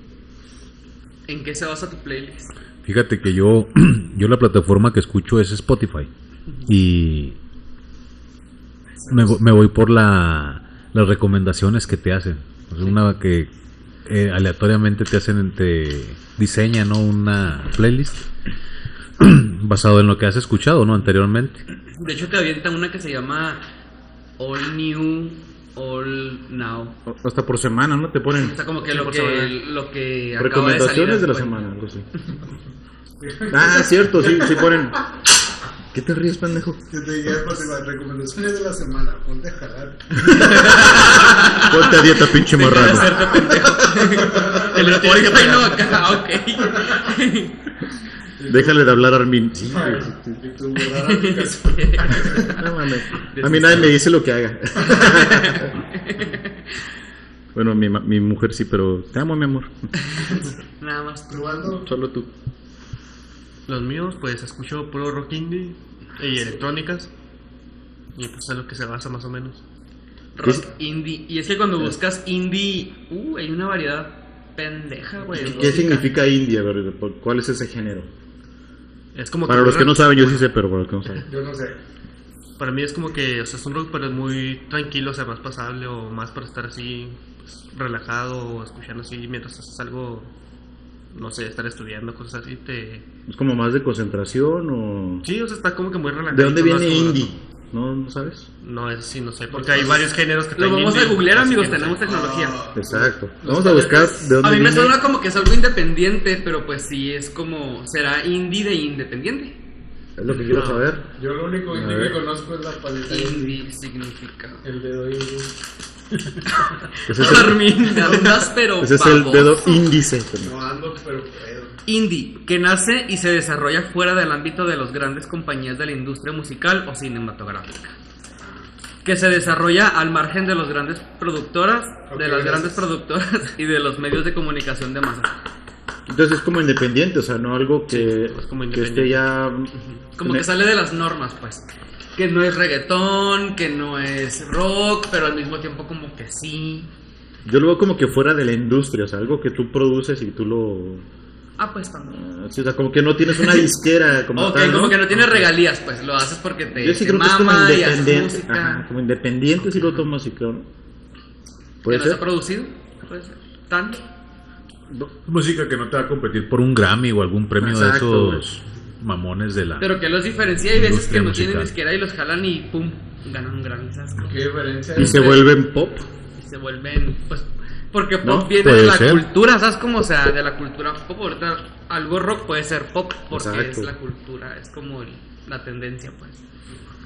S4: ¿En qué se basa tu playlist?
S5: Fíjate que yo, yo la plataforma que escucho es Spotify. Y me, vo- me voy por la, las recomendaciones que te hacen. O sea, una que eh, aleatoriamente te hacen, te diseña ¿no? una playlist basado en lo que has escuchado ¿no? anteriormente.
S4: De hecho, te avienta una que se llama All New, All Now.
S3: O- Hasta por semana, ¿no? Te ponen
S4: O sea, como que lo
S3: Por
S4: que,
S3: semana.
S4: lo que acaba
S3: recomendaciones de,
S4: salir,
S3: la
S4: haz cuenta.
S3: semana, algo así. ah, es cierto, sí, sí ponen. ¿Qué te ríes, pendejo?
S7: Yo te dije, pues, las recomendaciones de la semana, ponte a jalar.
S3: Ponte a dieta, pinche
S4: Deja de
S3: marrano.
S4: hacerte pendejo. El Spotify no acá, ok.
S3: Déjale de hablar a Armin. Sí, güey.
S7: Y tú borrar la aplicación.
S3: No mames. A mí nadie me dice lo que haga. Bueno, mi, ma- mi mujer sí, pero te amo, mi amor.
S4: Nada más tú.
S7: Probando.
S3: Solo tú.
S6: Los míos, pues escucho puro rock indie y electrónicas. Y pues es lo que se basa más o menos.
S4: Rock indie. Y es que cuando buscas indie, uh, hay una variedad pendeja, güey. de
S3: ¿Qué
S4: música.
S3: significa India? verdad? ¿Por- ¿Cuál es ese género?
S6: Es como
S3: Para los que no
S6: rock-
S3: saben, yo sí sé, pero para los que no saben.
S7: Yo no sé.
S6: Para mí es como que, o sea, es un rock, pero es muy tranquilo, o sea, más pasable o más para estar así pues, relajado o escuchando así mientras haces algo, no sé, estar estudiando, cosas así. Te...
S3: ¿Es como más de concentración o...?
S6: Sí, o sea, está como que muy relajado.
S3: ¿De dónde
S6: no es
S3: viene
S6: como-
S3: indie? ¿No, no sabes?
S6: No, es sí, no sé, porque hay varios géneros que
S4: Pues, Lo
S6: traen
S4: vamos a
S6: indie,
S4: googlear,
S6: así
S4: amigos,
S6: que no sé.
S4: tenemos tecnología.
S3: Ah, Exacto. Vamos a buscar de dónde
S4: A mí me
S3: viene.
S4: suena como que es algo independiente, pero pues sí es como. Será indie de independiente.
S3: Es lo que quiero saber.
S7: Yo lo único indie
S3: ver.
S7: que conozco es la paleta.
S4: Indie significa.
S7: El dedo indie.
S3: Ese es el,
S4: Armin, te andas, pero.
S3: ese es el
S4: baboso.
S3: dedo índice.
S7: No ando, pero puedo.
S4: Indie, que nace y se desarrolla fuera del ámbito de las grandes compañías de la industria musical o cinematográfica. Que se desarrolla al margen de las grandes productoras,
S7: Ok,
S4: de las
S7: gracias.
S4: grandes productoras y de los medios de comunicación de masa.
S3: Entonces es como independiente, o sea, no algo que,
S6: es como
S3: que esté
S6: independiente.
S3: ya...
S4: Como que sale de las normas, pues. Que no es reggaetón, que no es rock, pero al mismo tiempo como que sí.
S3: Yo lo veo como que fuera de la industria, o sea, algo que tú produces y tú lo...
S4: Ah, pues también.
S3: ah, sí, o sea, como que no tienes una disquera como
S4: ok,
S3: tal, ¿no?
S4: como que no tienes regalías, pues lo haces porque te,
S3: Yo sí
S4: te
S3: creo que es como
S4: mama y haces
S3: independiente.
S4: música.
S3: Ajá, como independiente si lo tomas y claro. ¿Puede
S4: que no
S3: ser?
S4: está producido. Puede ser. Tanto.
S5: Música que no te va a competir por un Grammy o algún premio
S3: Exacto,
S5: de esos mamones de la...
S4: Pero que los diferencia. Hay veces que
S5: Industria
S4: no tienen
S5: musical.
S4: disquera y los jalan y pum, ganan un gran sasco.
S7: ¿Qué diferencia?
S3: Y se vuelven pop.
S4: Y se vuelven, pues. Porque pop
S3: No,
S4: viene
S5: puede
S4: de la
S5: ser.
S4: cultura, ¿sabes cómo? O sea, de la cultura pop. Ahorita algo rock puede ser pop porque
S3: Exacto.
S4: es la cultura, es como el- la tendencia, pues.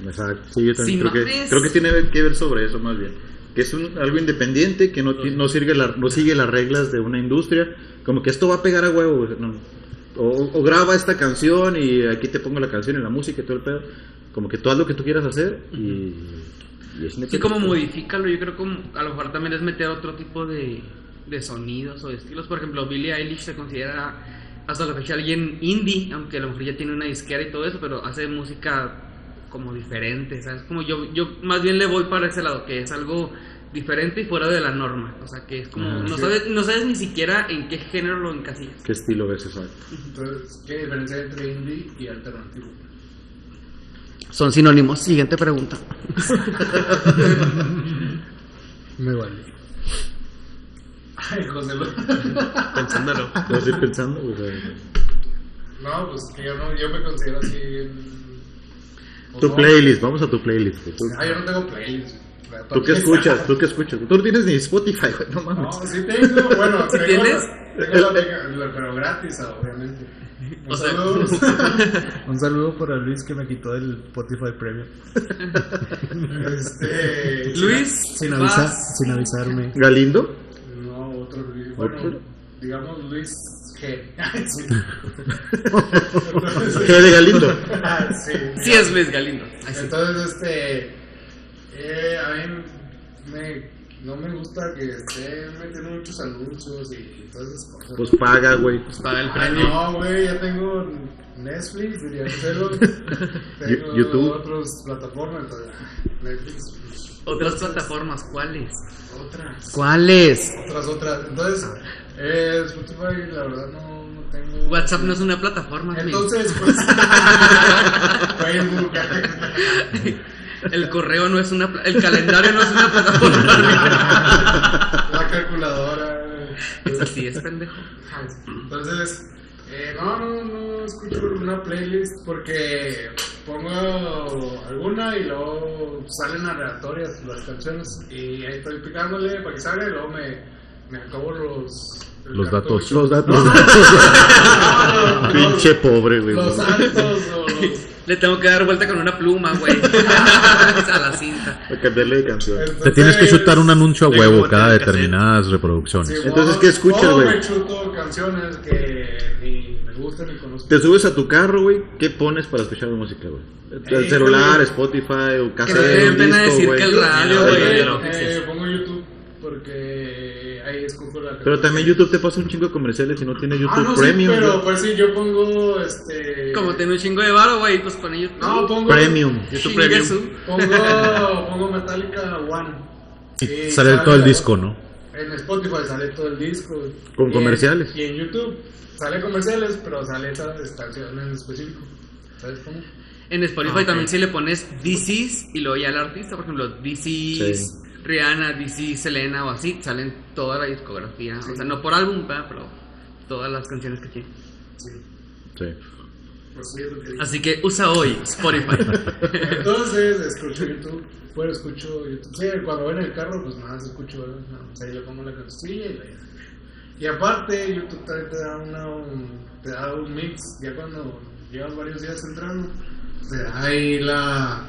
S3: Exacto. Sí, yo también
S4: Sí,
S3: creo, que,
S4: mames.
S3: creo que tiene que ver sobre eso más bien. Que es un, algo independiente, que no, ti- no, sigue la- no sigue las reglas de una industria. Como que esto va a pegar a huevo. güey, no. O, o graba esta canción y aquí te pongo la canción y la música y todo el pedo. Como que tú haz lo que tú quieras hacer y... y es
S4: Sí,
S3: independiente.
S4: como modifícalo, yo creo que a lo mejor también es meter otro tipo de, de sonidos o de estilos. Por ejemplo, Billie Eilish se considera hasta la fecha alguien indie, aunque a lo mejor ya tiene una disquera y todo eso, pero hace música como diferente, ¿sabes? Como yo, yo más bien le voy para ese lado, que es algo diferente y fuera de la norma. O sea, que es como,
S3: Ah,
S4: no,
S7: sí.
S4: sabes, no sabes ni siquiera en qué género lo encasillas.
S3: ¿Qué estilo es exacto?
S7: Entonces, ¿qué diferencia hay entre indie y alternativo?
S4: Son sinónimos. Siguiente pregunta.
S7: Me vale. Ay, José Lu-
S6: Pensándolo.
S3: Lo estoy pensando, güey, o sea,
S7: No, pues que yo, no, yo me considero así bien...
S3: Tu playlist, vamos a tu playlist. güey. Tú,
S7: Ah, yo no tengo playlist.
S3: ¿tú qué escuchas? ¿Tú qué escuchas? Tú no tienes ni Spotify, güey, no
S7: No,
S3: mames.
S7: sí tengo, bueno, tengo
S4: ¿Tienes?
S7: la- tengo la beca- la- pero gratis, obviamente. Un
S4: O sea-
S7: saludo.
S8: Un saludo para Luis que me quitó el Spotify Premium.
S7: este...
S4: Luis,
S8: Sin, avisar,
S4: vas-
S8: sin avisarme.
S3: ¿Galindo?
S7: No, otro Luis. Bueno,
S3: ¿Otro?
S7: digamos Luis G. sí.
S3: ¿Qué de Galindo?
S7: Ah, sí.
S4: sí es Luis Galindo. Ay, sí.
S7: Entonces, este. eh, a mí me, No me gusta que esté metiendo muchos anuncios y todas esas cosas.
S3: Pues paga, güey.
S6: Pues paga el
S7: Ay,
S6: premio.
S7: no, güey, ya tengo Netflix, diría Marcelo. tengo
S3: Yu- YouTube.
S7: otras plataformas, entonces, Netflix, pues,
S6: Otras plataformas, ¿cuáles?
S7: otras,
S6: ¿Cuáles?
S7: otras, otras. Entonces, eh, Spotify, la verdad, no, no tengo.
S6: WhatsApp no es una plataforma, men.
S7: Entonces, pues. Facebook.
S6: El correo no es una pla- el calendario no es una plataforma.
S7: la calculadora.
S6: men. Así es, pendejo.
S7: Entonces, eh, no, no, no escucho una playlist porque pongo alguna y luego salen aleatorias las canciones y ahí estoy picándole para que salga y luego me, me acabo los... el
S5: Los datos.
S7: cartucho.
S5: Los
S7: No, no, no,
S3: Pinche pobre, güey.
S7: Los saltos o los...
S6: Le tengo que dar vuelta con una pluma, güey. A la cinta.
S3: A cambiarle de canción.
S5: Te tienes que chutar un anuncio a
S6: Tengo
S5: huevo
S6: que
S5: cada
S6: tener que
S5: determinadas reproducciones.
S3: Entonces, ¿qué escuchas,
S7: o
S3: güey?
S7: me chuto canciones que ni me gustan ni conozco.
S3: Te subes a tu carro, güey. ¿Qué pones para escuchar música, güey? El
S7: Eh,
S3: celular,
S7: güey.
S3: Spotify, o
S6: Que no te
S3: cassette,
S6: den
S3: un
S6: pena decir
S3: disco,
S6: que
S3: güey.
S6: el radio,
S3: Ah,
S6: güey.
S3: el
S6: lo
S3: radio.
S6: que
S7: Eh,
S6: sea.
S7: pongo YouTube porque ahí escojo la
S3: Pero también
S7: canción.
S3: YouTube te pasa un chingo de comerciales y no tiene YouTube
S7: Ah, no, sí,
S3: Premium.
S7: pero
S3: güey.
S7: pues sí, yo pongo este.
S6: Como tiene un chingo de varo, güey, pues pone YouTube.
S7: No, pues, pongo.
S3: Premium.
S6: YouTube
S4: Chingue
S6: Premium.
S4: su-
S7: Pongo, pongo Metallica One.
S5: Y sale todo el disco, ¿no?
S7: En Spotify sale todo el disco.
S3: Con
S7: Y en-
S3: comerciales.
S7: Y en YouTube sale comerciales, pero sale esa estación en específico. ¿Sabes cómo?
S6: En Spotify también si le pones This is y luego ya el artista, por ejemplo, This is Rihanna, This is Selena o así, salen toda la discografía. O sea, no por álbum, ¿verdad? pero todas las canciones que tiene.
S3: Sí.
S7: Pues sí, es lo que digo.
S6: Así que usa hoy Spotify.
S7: Entonces escucho YouTube. Bueno, escucho YouTube. Sí, cuando voy en el carro, pues nada, más escucho. ¿verdad? Nada más Ahí le pongo la cancioncilla y la Y aparte, YouTube también te da, una, un, te da un mix. Ya cuando llevas varios días entrando, te da ahí la.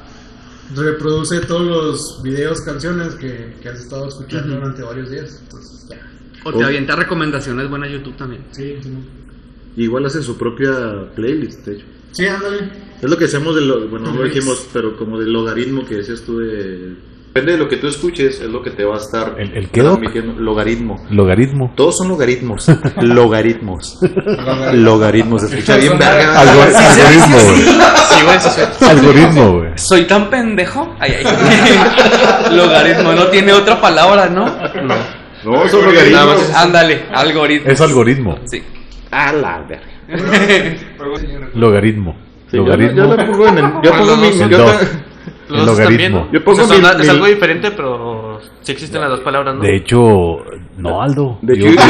S7: Reproduce todos los videos, canciones que, que has estado escuchando durante varios días. Entonces, ya.
S6: o te avienta recomendaciones buenas YouTube también.
S7: Sí, sí.
S3: Igual hacen su propia playlist, de hecho.
S7: Sí, ándale.
S3: Es lo que hacemos del, lo- bueno, no lo
S7: Remix.
S3: dijimos, pero como del logaritmo que decías tú de... Depende de lo que tú escuches, es lo que te va a estar
S5: ¿El- el qué, Doc?
S3: transmitiendo. Logaritmo.
S5: Logaritmo.
S3: Todos son logaritmos. logaritmos. logaritmos. Escucha bien, verga.
S5: Algo- algoritmo, güey.
S4: Sí, güey, sí, sí.
S5: Algoritmo, güey.
S4: Soy tan pendejo. Ay, ay. Logaritmo, no tiene otra palabra, ¿no?
S3: No, son logaritmos.
S4: Ándale, algoritmo.
S5: Es algoritmo.
S4: Sí.
S3: A la verga.
S5: Logaritmo.
S3: Sí, yo-
S5: logaritmo.
S3: Yo, la pongo en el- yo
S9: Bueno,
S3: pongo mi-
S9: los
S5: El
S3: yo
S5: dog.
S3: ta-
S5: El
S9: Los dos
S5: logaritmo.
S9: también.
S3: Yo pongo
S9: O sea,
S3: mi-
S9: son- Es
S3: mi-
S9: algo diferente, pero sí existen las dos palabras, ¿no?
S5: De hecho, no, Aldo.
S3: De
S5: yo,
S3: hecho,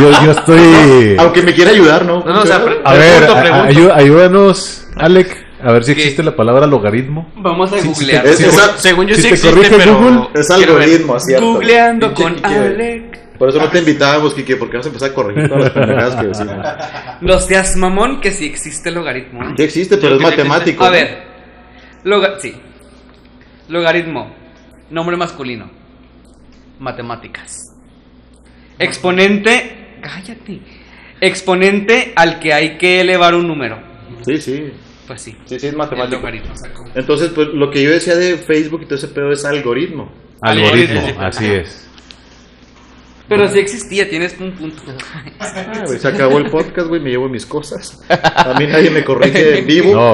S5: yo- yo- yo estoy.
S3: Aunque me quiera ayudar, ¿no?
S9: No, no, o sea, pre-
S5: A ver,
S9: pregunto,
S5: a-
S9: pregunto.
S5: ayu- ayúdanos, Alec, a ver si
S4: ¿Qué?
S5: existe la palabra logaritmo.
S4: Vamos a googlear.
S3: Es- es-
S9: Según yo
S5: si
S9: sí
S5: te
S9: existe,
S5: corrige
S9: pero...
S5: Google,
S3: es
S9: quiero ver.
S3: algoritmo, ¿cierto?
S4: Googleando
S3: Pinche
S4: con
S3: Kike.
S4: Alec.
S3: Por eso no te invitábamos, Kike, porque vas a empezar a corregir todas las pendejadas que decimos.
S4: No seas mamón que sí existe el logaritmo. ¿eh?
S3: Sí existe, pero
S9: Yo
S3: es
S9: creo que-
S3: matemático.
S4: A
S3: ¿no?
S4: ver. Loga sí. Logaritmo. Nombre masculino. Matemáticas. Exponente. Cállate. Exponente al que hay que elevar un número.
S3: Sí, sí.
S4: Pues sí.
S3: Sí, sí, es
S4: El
S3: matemático.
S4: logaritmo.
S3: Entonces, pues lo que yo decía de Facebook y todo ese pedo es algoritmo.
S5: Algoritmo,
S9: Algoritmo.
S5: así es.
S4: Pero sí existía, tienes un punto.
S3: Ah, güey, se acabó el podcast, güey, me llevo mis cosas. A mí nadie me corrige en vivo.
S5: No.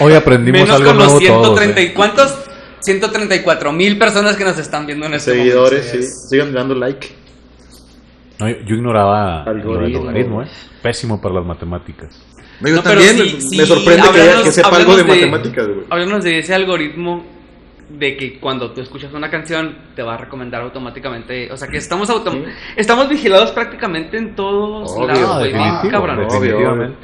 S5: Hoy aprendimos
S4: Menos
S5: algo
S4: con los
S5: nuevo todos.
S4: 130
S5: eh.
S4: y cuántos? 134 mil personas que nos están viendo en este momento.
S3: Seguidores, sí. Sigan dando like.
S5: No, yo- yo ignoraba lo del
S3: Algoritmo.
S5: logaritmo, eh. Pésimo para las matemáticas.
S3: Digo,
S4: No, pero
S3: también
S4: sí,
S3: me-
S4: sí,
S3: me sorprende que,
S4: háblanos-
S3: que sepa algo de,
S4: háblanos de-
S3: matemáticas, güey.
S4: Háblanos de ese algoritmo de que cuando tú escuchas una canción te va a recomendar automáticamente, o sea que estamos autom-
S3: Sí.
S4: estamos vigilados prácticamente en todos
S3: Obvio,
S4: lados, güey, bien
S5: definitivo,
S4: cabrón.
S3: obvio.
S5: definitivamente.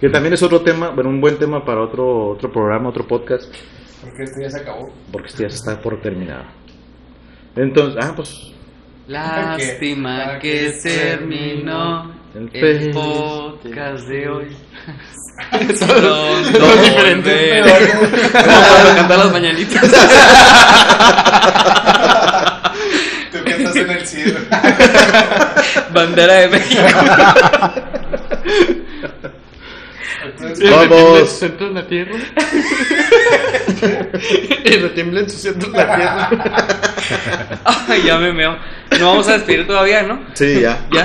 S3: Que también es otro tema, bueno, un buen tema para otro otro programa, otro podcast,
S7: Porque este ya se acabó.
S3: porque esto ya está por terminado. Entonces, ah, pues
S4: Lástima
S7: Para
S4: que,
S7: que-
S4: se terminó
S3: el
S4: el
S3: pe-
S4: podcast de hoy.
S9: Dos diferentes,
S4: Como cuando cantar las mañanitas.
S7: Tú que estás en el cielo.
S4: Bandera de México.
S7: Entonces,
S3: Vamos.
S9: Centro en la tierra.
S7: y retiembla ensuciando la tierra.
S4: Ay, ya me meo. No vamos a despedir todavía, ¿no?
S3: Sí, ya.
S4: Ya.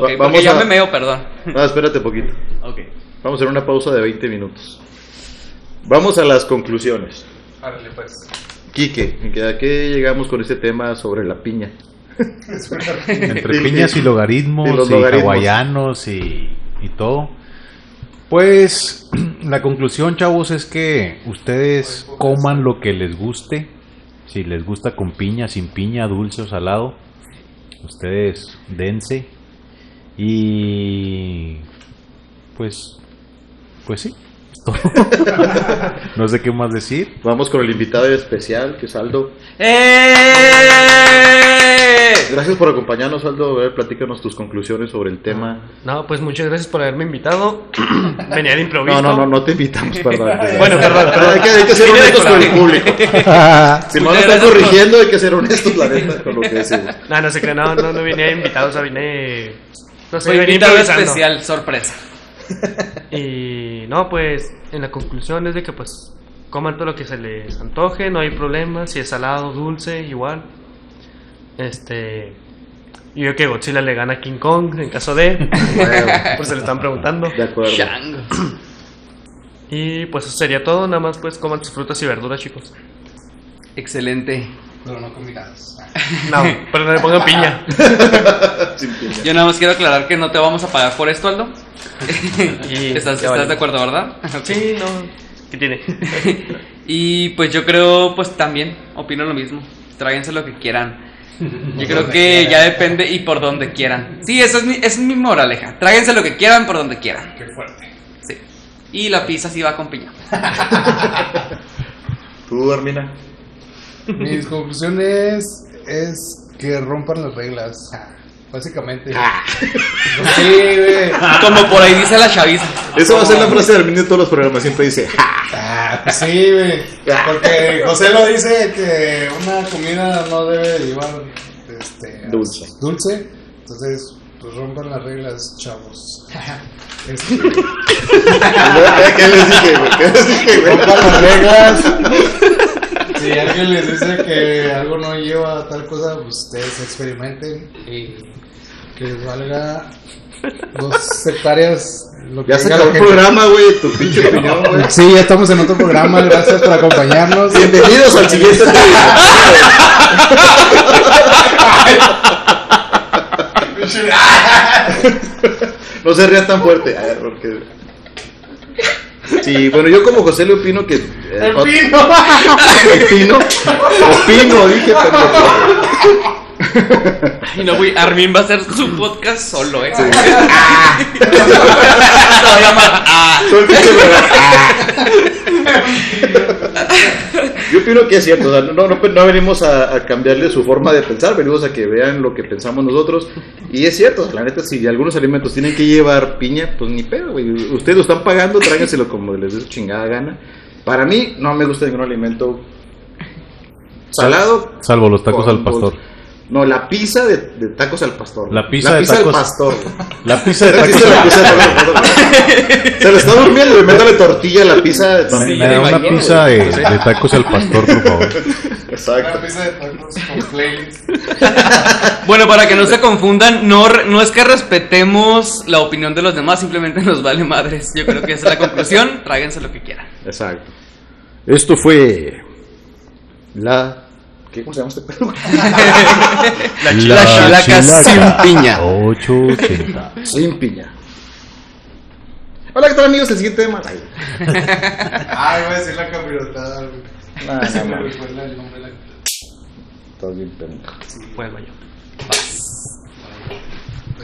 S3: Va-
S4: porque
S3: vamos
S4: ya
S3: a-
S4: me meo, perdón.
S3: No, espérate poquito.
S4: Ok.
S3: Vamos a hacer una pausa de 20 minutos. Vamos a las conclusiones.
S9: Árale, pues.
S3: Quique, ¿a qué llegamos con este tema sobre la piña?
S5: entre
S3: Y-
S5: piñas y logaritmos
S3: y
S5: y,
S3: los logaritmos.
S5: hawaianos y, y todo. Pues la conclusión, chavos, es que ustedes coman lo que les guste. Si les gusta con piña, sin piña, dulce o salado, ustedes dense. Y pues, pues sí. es todo. no sé qué más decir.
S3: Vamos con el invitado especial, que es Aldo.
S4: ¡Eh!
S3: Gracias por acompañarnos, Aldo. A ver, platícanos tus conclusiones sobre el tema.
S9: No, pues muchas gracias por haberme invitado. Venía de
S3: No,
S9: improviso.
S3: no, no, no te invitamos para
S9: Bueno, perdón, perdón.
S3: Hay que, hay que ser
S9: Vine de
S3: honestos con el
S9: coraje.
S3: público. Si no nos están
S4: gracias por-
S3: corrigiendo, hay que ser honestos, la neta, con lo que decimos.
S9: No, no sé qué, no, no, no vine de invitado, o sea, vine. No sé,
S4: Soy
S9: venía
S4: invitado
S9: improvisando.
S4: especial, sorpresa.
S9: Y no, pues en la conclusión es de que pues coman todo lo que se les antoje, no hay problema, si es salado, dulce, igual. Este y yo que Godzilla le gana a King Kong en caso de pues se le están preguntando.
S3: De acuerdo.
S4: Chango.
S9: Y pues eso sería todo, nada más pues coman sus frutas y verduras, chicos.
S4: Excelente.
S7: Pero no combinados.
S9: No, pero no le pongan piña.
S3: Sin piña.
S4: Yo nada más quiero aclarar que no te vamos a pagar por esto, Aldo.
S9: Y
S4: ¿Estás,
S9: ya
S4: estás
S9: valió.
S4: de acuerdo, verdad? Ok.
S9: Sí, no. ¿Qué tiene?
S4: Y pues yo creo, pues también, opino lo mismo. Tráiganse lo que quieran. Yo creo que ya depende y por donde quieran. Sí, esa es mi, es mi moraleja. Tráiganse lo que quieran por donde quieran.
S7: Qué fuerte.
S4: Sí. Y la pizza sí va con piña.
S3: Tú, Armina.
S7: Mis conclusiones es que rompan las reglas. Básicamente. Sí, güey.
S4: Como por ahí dice la chaviza.
S3: Esa va a ser la frase del Armina en todos los programas. Siempre dice, "Ja".
S7: Ah, pues sí, güey. Porque José lo dice que una comida no debe de llevar este,
S3: Dulce.
S7: dulce. Entonces, pues rompan las reglas, chavos. Este,
S3: ¿Qué les dije, güey? ¿Qué les dije, güey?
S7: rompan las reglas. Si alguien les dice que algo no lleva tal cosa, pues ustedes experimenten y que les valga dos hectáreas lo que
S3: Ya se
S7: diga la
S3: acabó el
S7: gente.
S3: programa, güey. Tu pinche opinión, güey.
S7: Sí, ya estamos en otro programa. Gracias por acompañarnos.
S3: Bienvenidos al siguiente tema. No se rían tan fuerte. A ver, porque... Sí, bueno, yo como José le opino que. eh, ¡El pino! ¡El pino! Opino, dije, pero.
S4: Y no, güey, Armin va a hacer su podcast solo, ¿eh? Ah.
S3: Todo el pinche programa. Ah. Yo opino que es cierto, o sea, no, no, no venimos a, a cambiarle su forma de pensar, venimos a que vean lo que pensamos nosotros. Y es cierto, la neta, si algunos alimentos tienen que llevar piña, pues ni pedo, güey. Ustedes lo están pagando, tráiganselo como les dé su chingada gana. Para mí, no me gusta ningún alimento salado.
S5: Salvo los tacos
S3: con
S5: al pastor.
S3: dulce. No, la pizza de, de tacos al pastor.
S5: La pizza
S3: al
S5: de tacos-
S3: pastor. güey.
S5: La pizza de
S3: Se
S5: tacos al
S3: le está durmiendo y métale tortilla a la pizza. de
S5: Me,
S3: tortilla.
S5: me da una
S7: imagino,
S5: pizza de, de tacos al pastor, por favor.
S3: Exacto.
S7: Una pizza de tacos con playlist.
S4: Bueno, para que no se confundan, no, re- no es que respetemos la opinión de los demás, simplemente nos vale madres. Yo creo que esa es la conclusión. Tráiganse lo que quieran.
S3: Exacto. Esto fue la ¿Qué cómo se llama este pedo?
S5: La,
S3: chilaca sin piña.
S5: 880.
S3: Sin piña. Hola, ¿qué tal amigos? El siguiente tema. Ay,
S7: Ay, voy a decir la capirotada. güey.
S3: Ah, no, no,
S7: Se me
S3: no,
S7: recuerda el nombre de la
S3: estás bien pendejo.
S9: Bueno, yo.